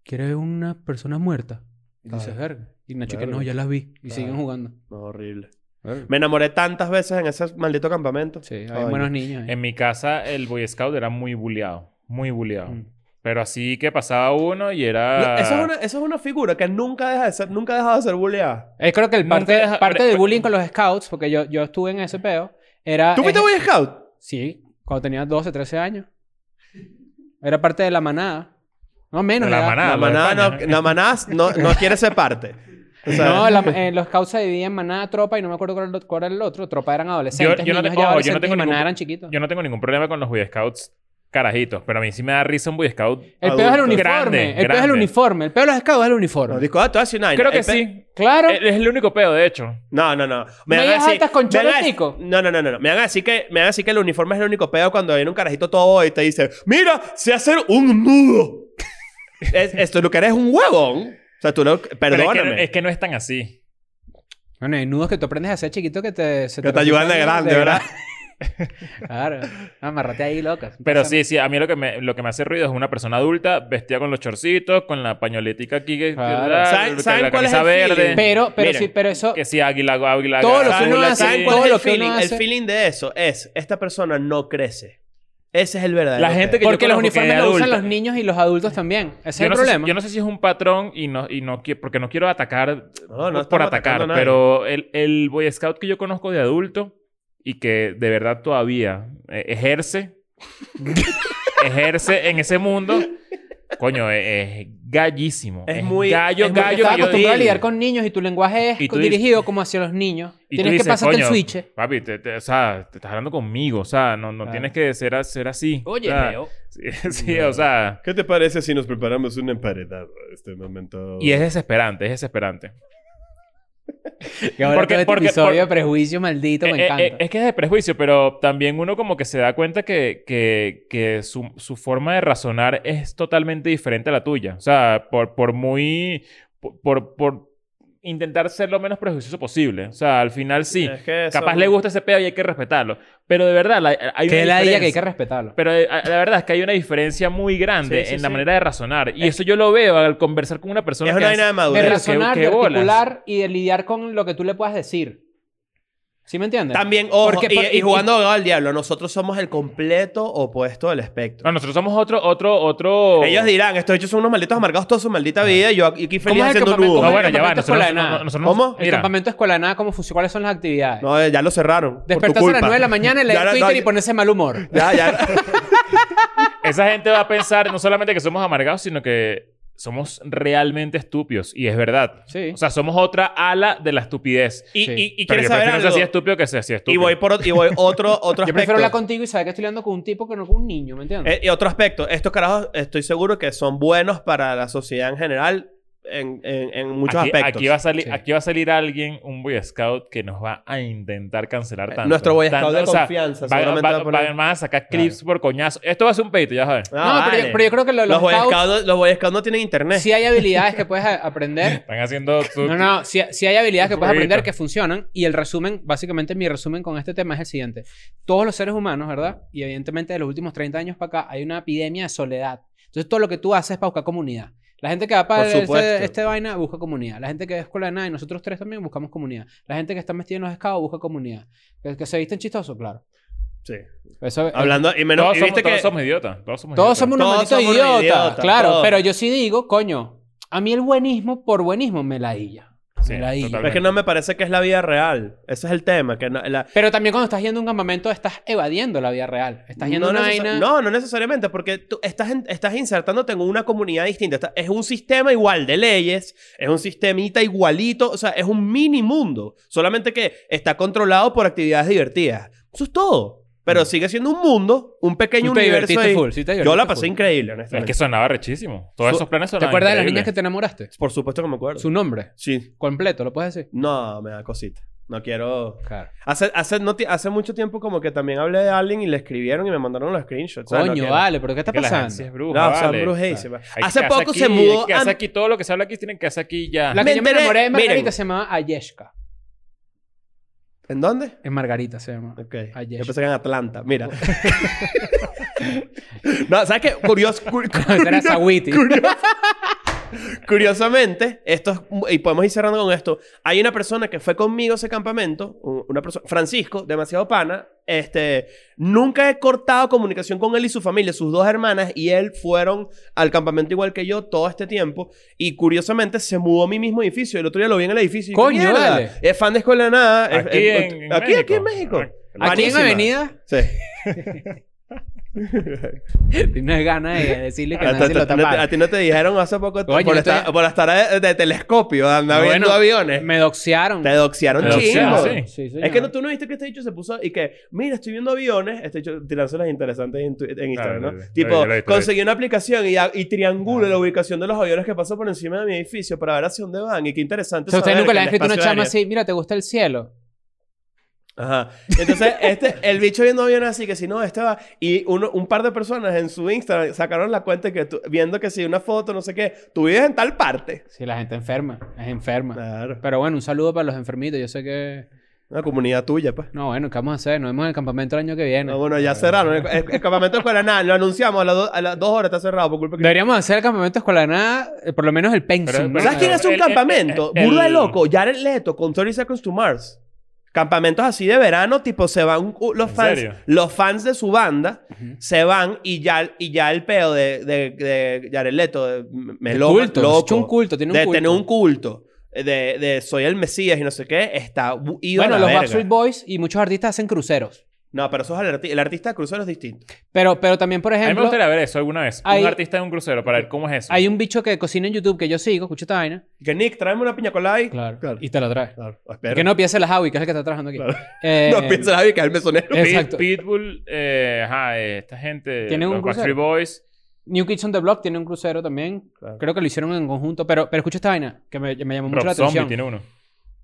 D: ¿Quieres ver una persona muerta? Y
C: Claro.
D: dices, verga. Y Nacho que
C: Verga.
D: no, ya las vi. Y
C: Claro.
D: siguen jugando.
C: No, horrible. Me enamoré tantas veces en ese maldito campamento.
D: Sí, hay
C: Coño.
D: buenos niños. ahí.
B: En mi casa el Boy Scout era muy bulleado. Muy bulleado.
D: Mm.
B: Pero así que pasaba uno y
C: No,
B: era...
C: eso, es una, eso es una figura que nunca deja de ser, nunca ha dejado de ser bulleada.
D: Eh, creo que el
B: Nunca
D: parte,
B: deja-
D: parte
B: pero-
D: del bullying con los scouts, porque yo, yo estuve en ese peo, era...
C: ¿Tú fuiste
D: Ah, es-
C: Boy Scout?
D: Sí, cuando tenía 12, 13 años. Era parte de la manada. No, menos.
B: De la
D: era-
B: manada. Ah,
C: la
B: lo de
C: manada, no,
B: España.
C: la manada no, no quiere ser
D: *laughs*
C: parte. O sea,
D: No, la- eh, los scouts se dividían en manada, tropa, y no me acuerdo cuál, era el- cuál era el otro. Tropa eran adolescentes,
B: yo no
D: niños
B: te-
D: ya
B: ojo, yo no
D: adolescentes,
B: tengo
D: y manada
B: ningún-
D: eran chiquitos.
B: Yo no tengo ningún problema con los Boy Scouts carajitos. Pero a mí sí me da risa un Boy Scout.
D: El peor es el
B: adulto.
D: uniforme.
B: Grande,
D: el peor es el
B: grande.
D: uniforme. El peor de los scouts es el
C: no,
D: uniforme.
C: disco, ah, te voy a decir una vaina.
B: Creo que
C: El pe-
B: sí.
D: claro.
B: Es es el único pedo, de hecho.
C: No, no, no. Me van a
D: ¿Medias
C: decir-
D: altas con
C: me van a
D: chores,
C: decir-
D: Nico?
C: No, no, no, no, no. Me van a decir que, me van a decir que el uniforme es el único pedo cuando viene un carajito todo y te dice, mira, sé hacer
B: *laughs*
C: un nudo. Es- esto lo que eres es un huevón. O sea, tú lo...
B: Pero es que-
C: Perdóname.
B: es que no es tan así.
D: Bueno, hay nudos que tú aprendes a hacer chiquito que te... Se
C: Que te ayudan de
D: resultan
C: grande, ¿verdad?
D: *laughs* Claro. Amarrate ahí, locas.
B: Pero sí, sí, a mí lo que, me, lo que me hace ruido es una persona adulta vestida con los chorcitos, con la pañoletica aquí, que,
D: Claro.
B: la,
C: ¿Saben-
B: que
C: saben
B: la
C: cuál es
B: camisa
C: el feeling?
B: verde,
D: Pero, pero
C: Miren,
D: sí, pero eso...
B: que si águila, águila,
D: Todo lo que
B: águila,
D: uno
B: águila,
D: hace,
B: sí.
C: ¿Saben cuál es
D: todo
C: el
D: lo que uno
C: feeling? El
D: hace-
C: feeling de eso es, esta persona no crece. Ese es el verdadero.
B: La gente
C: pedo.
B: que yo
D: Porque los
B: conozco que
D: uniformes
B: de
D: los usan
B: adulto-
D: los niños y los adultos también. Ese es
B: Yo
D: el
B: no sé si-
D: problema.
B: yo no sé si es un patrón y no, y no qui- porque no quiero atacar
C: No, no
B: por
C: estamos atacando
B: atacar,
C: a nadie.
B: pero el, el Boy Scout que yo conozco de adulto y que de verdad todavía eh,
C: *laughs*
B: ejerce, ejerce en ese mundo, coño, e-, es, es gallísimo.
C: Es muy-
B: gallo,
C: es muy-
D: Porque
B: gallo,
D: estás
B: gallo.
D: acostumbrado a
C: digo.
D: lidiar con niños y tu lenguaje es
B: Y tú dices-
D: dirigido como hacia los niños.
B: Y tú
D: Tienes
B: dices,
D: que pasarte el
B: coño,
D: switch.
B: Papi, te- te- o sea, te estás hablando conmigo, o sea, no, no
C: Ah.
D: Claro.
B: tienes que ser, a- ser así. o sea, *laughs* Sí, sí, o sea.
F: ¿Qué te parece si nos preparamos un emparedado a este momento?
B: Y es desesperante, es desesperante.
D: Y ahora
B: Porque-
D: todo este
B: porque-
D: episodio de
B: por-
D: prejuicio maldito me
B: Eh, eh,
D: encanta.
B: eh, es que es de prejuicio, pero también uno como que se da cuenta que, que, que su, su forma de razonar es totalmente diferente a la tuya. O sea, por, por muy... Por, por, por intentar ser lo menos prejuicioso posible. O sea, al final sí.
C: Es que Eh, eso-
B: Capaz le gusta ese pedo y hay que respetarlo. Pero de verdad, la- hay
D: que
B: una
D: la diga que hay
B: diferencia.
D: que respetarlo.
B: Pero eh, la verdad es que hay una diferencia muy grande
C: Sí, sí,
B: en la
C: sí. Eh,
B: manera de razonar. Y eso yo lo veo al conversar con una persona
C: Es una
B: que
C: vaina de
D: de
C: madurez.
B: qué-
D: razonar,
B: qué
D: de
B: bolas.
D: articular y de lidiar con lo que tú le puedas decir. ¿Sí me entiendes?
C: También, ojo,
D: Eh, Porque-
C: y,
D: por-
C: y jugando abogado al diablo, nosotros somos el completo opuesto del espectro.
B: No, nosotros somos otro, otro,
D: Oh.
B: otro...
C: Ellos dirán, estos hechos son unos malditos amargados toda su maldita vida y yo aquí
D: Ah. ¿Cómo
C: feliz
D: es el
C: haciendo
D: campamento?
C: nudo.
B: No,
D: ¿Cómo
B: bueno, ya va.
D: campamento
B: Nosotros,
D: escolar,
B: no-
D: nada.
B: no- nosotros no-
C: ¿Cómo?
D: El
B: Mira,
D: campamento escolar, nada, ¿cómo funciona? ¿Cuáles son las actividades?
C: No, eh, ya lo cerraron. por tu
D: Despertarse a las
C: culpa.
D: 9 de la mañana, leer
C: *laughs* Ya, no,
D: Twitter
C: ya-
D: y ponerse mal
B: *laughs*
D: humor. *laughs*
C: Ya, ya.
B: esa gente va a pensar no solamente que somos amargados, sino que somos realmente estúpidos. Y es verdad.
D: Sí.
B: O sea, somos otra ala de la estupidez.
C: Y,
D: Sí.
C: y, y
B: Pero
C: quieres
B: yo
C: saber
B: prefiero ser
C: algo.
B: así estúpido que ser así
C: Y
B: estúpido.
C: voy por ot- y voy otro, otro
D: Yo
C: aspecto.
D: prefiero hablar contigo y saber que estoy hablando con un tipo que no con un niño, ¿me entiendes?
C: Eh, y otro aspecto. Estos carajos estoy seguro que son buenos para la sociedad en general. en, en- en muchos
B: aquí,
C: aspectos.
B: Aquí va, a salir,
D: Sí.
B: aquí va a salir alguien, un Boy Scout, que nos va a intentar cancelar
C: Eh,
B: tanto.
C: nuestro Boy
B: Tanto,
C: Scout de
B: o sea,
C: confianza,
B: van-
C: seguramente
B: van-
C: va a poner-
B: van a sacar clips por coñazo. Esto va a ser un peito, ya sabes.
C: Ah,
D: No, pero, yo,
C: vale.
D: pero yo creo que lo de los,
C: los, boy
D: scouts,
C: Scouts- los Boy Scouts no tienen internet.
D: sí hay habilidades que puedes a-
B: *laughs*
D: aprender.
B: Están haciendo su...
D: No, no, sí, sí hay habilidades que puedes
B: Jueguito.
D: aprender que funcionan. Y el resumen, básicamente mi resumen con este tema es el siguiente. Todos los seres humanos, ¿verdad? Y evidentemente de los últimos 30 años para acá hay una epidemia de soledad. Entonces todo lo que tú haces es para buscar comunidad. La gente que va para
C: Por supuesto.
D: este, este vaina busca comunidad. La gente que es escuela de nada y nosotros tres también buscamos comunidad. La gente que está metida en los escados busca comunidad. ¿Que, que se visten chistosos? Claro.
C: Sí.
D: Eso,
C: Hablando, y menos,
B: Todos,
C: y
B: somos,
C: viste
B: todos
C: que-
B: somos idiotas. Todos somos
D: Todos
B: idiotas.
D: somos unos
C: Todos
D: malditos
C: somos
D: idiotas.
C: unos idiotas,
D: claro,
C: todos.
D: pero yo sí digo, coño, a mí el buenismo por buenismo me la hilla.
B: Sí,
D: me la hilla.
B: totalmente.
C: Es que no me parece que es la vida real. Ese es el tema. Que no, la-
D: Pero también cuando estás yendo a un campamento estás evadiendo la vida real. Estás yendo a
C: no
D: una
C: necesa-
D: vaina.
C: No, no necesariamente, porque tú estás, en- estás insertándote en una comunidad distinta. Está- es un sistema igual de leyes, es un sistemita igualito, o sea, es un mini mundo, solamente que está controlado por actividades divertidas. Eso es todo. Pero sigue siendo un mundo, un pequeño
D: Sí te
C: universo.
D: divertiste
C: ahí.
D: full, sí te
C: Yo
D: divertiste
C: la pasé
D: full.
C: increíble,
B: Es
C: honestamente.
B: que sonaba rechísimo. Todos
D: Su-
B: esos planes
D: ¿Te
B: sonaban
D: acuerdas de las
B: increíbles.
D: niñas que te enamoraste?
C: Por supuesto que me acuerdo.
D: Su nombre.
C: Sí.
D: Completo, ¿lo puedes decir?
C: No, me da cosita. No quiero...
D: Claro.
C: Hace, hace, no ti- hace mucho tiempo como que también hablé de alguien y le escribieron y me mandaron los screenshots. ¿sabes? No
D: Coño,
C: quiero.
D: vale, pero ¿qué está
B: Que la
D: pasando?
B: gente sí es
C: No,
B: bruja,
C: o sea,
B: vale.
C: brujísima.
B: Hay
C: Hace
B: que-
C: poco
B: aquí-
C: se mudó...
B: hay Que hace
C: a-
B: aquí todo lo que se habla aquí tienen que hacer aquí ya.
D: La que
C: Me
D: yo me
C: enteré-
D: enamoré de Margarita
C: miren.
D: se llamaba Ayeshka.
C: ¿En dónde?
D: Es Margarita se llama.
C: Ok.
D: Ayer.
C: Yo pensé que en Atlanta.
D: *laughs*
C: Mira. *laughs* no, ¿sabes
D: *laughs*
C: qué? Curios- cur-
D: Esa *laughs* era
C: curios- *laughs*
D: Sawiti.
C: curiosamente, esto es- y podemos ir cerrando con esto. Hay una persona que fue conmigo a ese campamento, un- una persona, Francisco, demasiado pana. Este, nunca he cortado comunicación con él y su familia. Sus dos hermanas y él fueron al campamento igual que yo todo este tiempo. Y curiosamente se mudó a mi mismo edificio. El otro día lo vi en el edificio. y yo,
D: Coño,
C: "Mierda,
D: vale.
C: Es fan de escuela de nada. es-
B: Aquí
C: es-
B: en- en
C: aquí, aquí en
B: México.
C: México.
D: Aquí en
C: Panísima.
D: Avenida
C: Sí.
D: tienes ganas de decirle
B: Ah,
D: que
C: A,
D: Nancy
C: a-
D: lo
C: a- a- a
D: tapara.
C: ti no te dijeron hace poco
D: Coño,
C: por,
D: yo
C: estar,
D: estoy-
C: por estar de, de telescopio,
D: Bueno,
C: andando
D: Mm.
C: viendo aviones.
D: Me doxearon.
C: Te doxearon
B: Me
C: chingo.
B: doxearon, sí.
C: Es que no, tú no viste que este dicho se puso y que, mira, estoy viendo aviones. Este dicho tirándose las interesantes en, tu- en Instagram,
B: lo
C: ¿no?
B: vi, lo vi,
C: tipo,
B: lo vi, lo vi.
C: conseguí una aplicación y, a- y triangulo la ubicación de los aviones que pasan por encima de mi edificio para ver hacia dónde van. Y qué interesante.
D: O sea, usted
C: saber
D: nunca
C: que
D: le ha
C: el
D: escrito una
C: espacio
D: chama
C: aéreo-
D: así, mira, ¿te gusta el cielo?
C: Ajá. Entonces, este, el bicho viendo aviones así que si no, este va. Y uno, un par de personas en su Instagram sacaron la cuenta que tú- viendo que si una foto, no sé qué, tú vives en tal parte.
D: Sí, la gente enferma, es enferma.
C: Claro.
D: Pero bueno, un saludo para los enfermitos. Yo sé que...
C: Una comunidad tuya, pues.
D: No, bueno, ¿qué vamos a hacer? Nos vemos en el campamento el año que viene.
C: No, bueno, ya cerraron. El, el- el campamento de escuela nada, lo anunciamos a las, do- a las dos horas, está cerrado por culpa que.
D: Deberíamos hacer el campamento escolar de nada, eh, por lo menos el pensum.
B: Pero-
D: ¿no?
B: pero-
C: ¿Sabes quién hace un
B: El- el-
C: campamento?
B: el-
C: Burda de
B: el-
C: loco, Jared Leto con 30 Seconds to Mars. Campamentos así de verano, tipo se van uh, los
B: ¿En
C: fans,
B: serio?
C: los fans de su banda se van y ya, y ya el peo de, de, de Jared Leto, de, me
D: De
C: lo-
D: culto,
C: loco,
D: es hecho un culto, tiene un
C: de
D: culto.
C: tener un culto, de, de soy el Mesías y no sé qué, está bu- ido
D: Bueno,
C: a la
D: los
C: verga.
D: Backstreet Boys y muchos artistas hacen cruceros.
C: No, pero eso es el, arti- el artista de crucero es distinto.
D: Pero, pero también, por
B: A mí me
D: ejemplo,
B: gustaría ver eso alguna vez.
D: Hay-
B: Un artista en un crucero para ver cómo es eso.
D: hay un bicho que cocina en YouTube que yo sigo, escucha esta vaina.
C: Que Nick, tráeme una piña colada y...
D: Claro.
F: Claro.
D: Y te lo trae.
F: Claro.
D: Y
F: Espera.
D: Que no piense las Javi, que es el que está trabajando aquí. *laughs* Eh,
C: No piensa la vida que es el mesonero.
B: Pit-
D: Exacto.
B: Pitbull, eh, ajá, eh, esta gente,
D: Tienen un
B: los
D: crucero.
B: Backstreet Boys.
D: New Kids on the Block tiene un crucero también.
C: Claro.
D: Creo que lo hicieron en conjunto. Pero, pero escucha esta vaina que me, me llamó mucho
B: Rob
D: la
B: Zombie
D: atención.
B: tiene uno.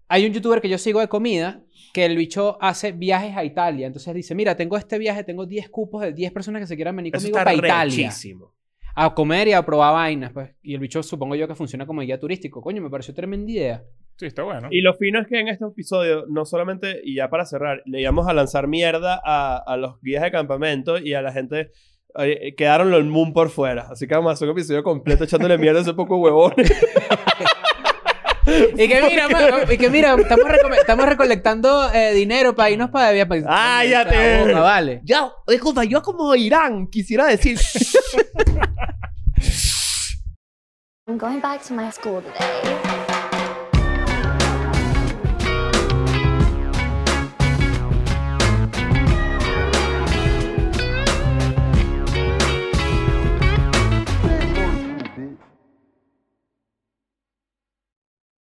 D: Hay un youtuber que yo sigo de comida que el bicho hace viajes a Italia. Entonces dice, mira, tengo este viaje, tengo 10 cupos de 10 personas que se quieran venir
C: Eso
D: conmigo
C: está
D: para Italia.
C: rechísimo.
D: A comer y a probar vainas. Pues. Y el bicho supongo yo que funciona como guía turístico. Coño, me pareció tremenda idea.
B: Sí, está bueno.
C: Y lo fino es que en este episodio, no solamente, y ya para cerrar, le íbamos a lanzar mierda a, a los guías de campamento y a la gente. eh, quedaron los Moon por fuera. Así que vamos a hacer un episodio completo echándole mierda a ese poco huevones.
D: Y
C: *laughs*
D: que mira, ma- y que mira estamos, reco- estamos recolectando eh, dinero para irnos para de viaje.
C: Ah, ¡Cállate!
D: La boca, Vale.
C: *laughs* ya, disculpa, yo como Irán quisiera decir.
A: I'm going back to my school today.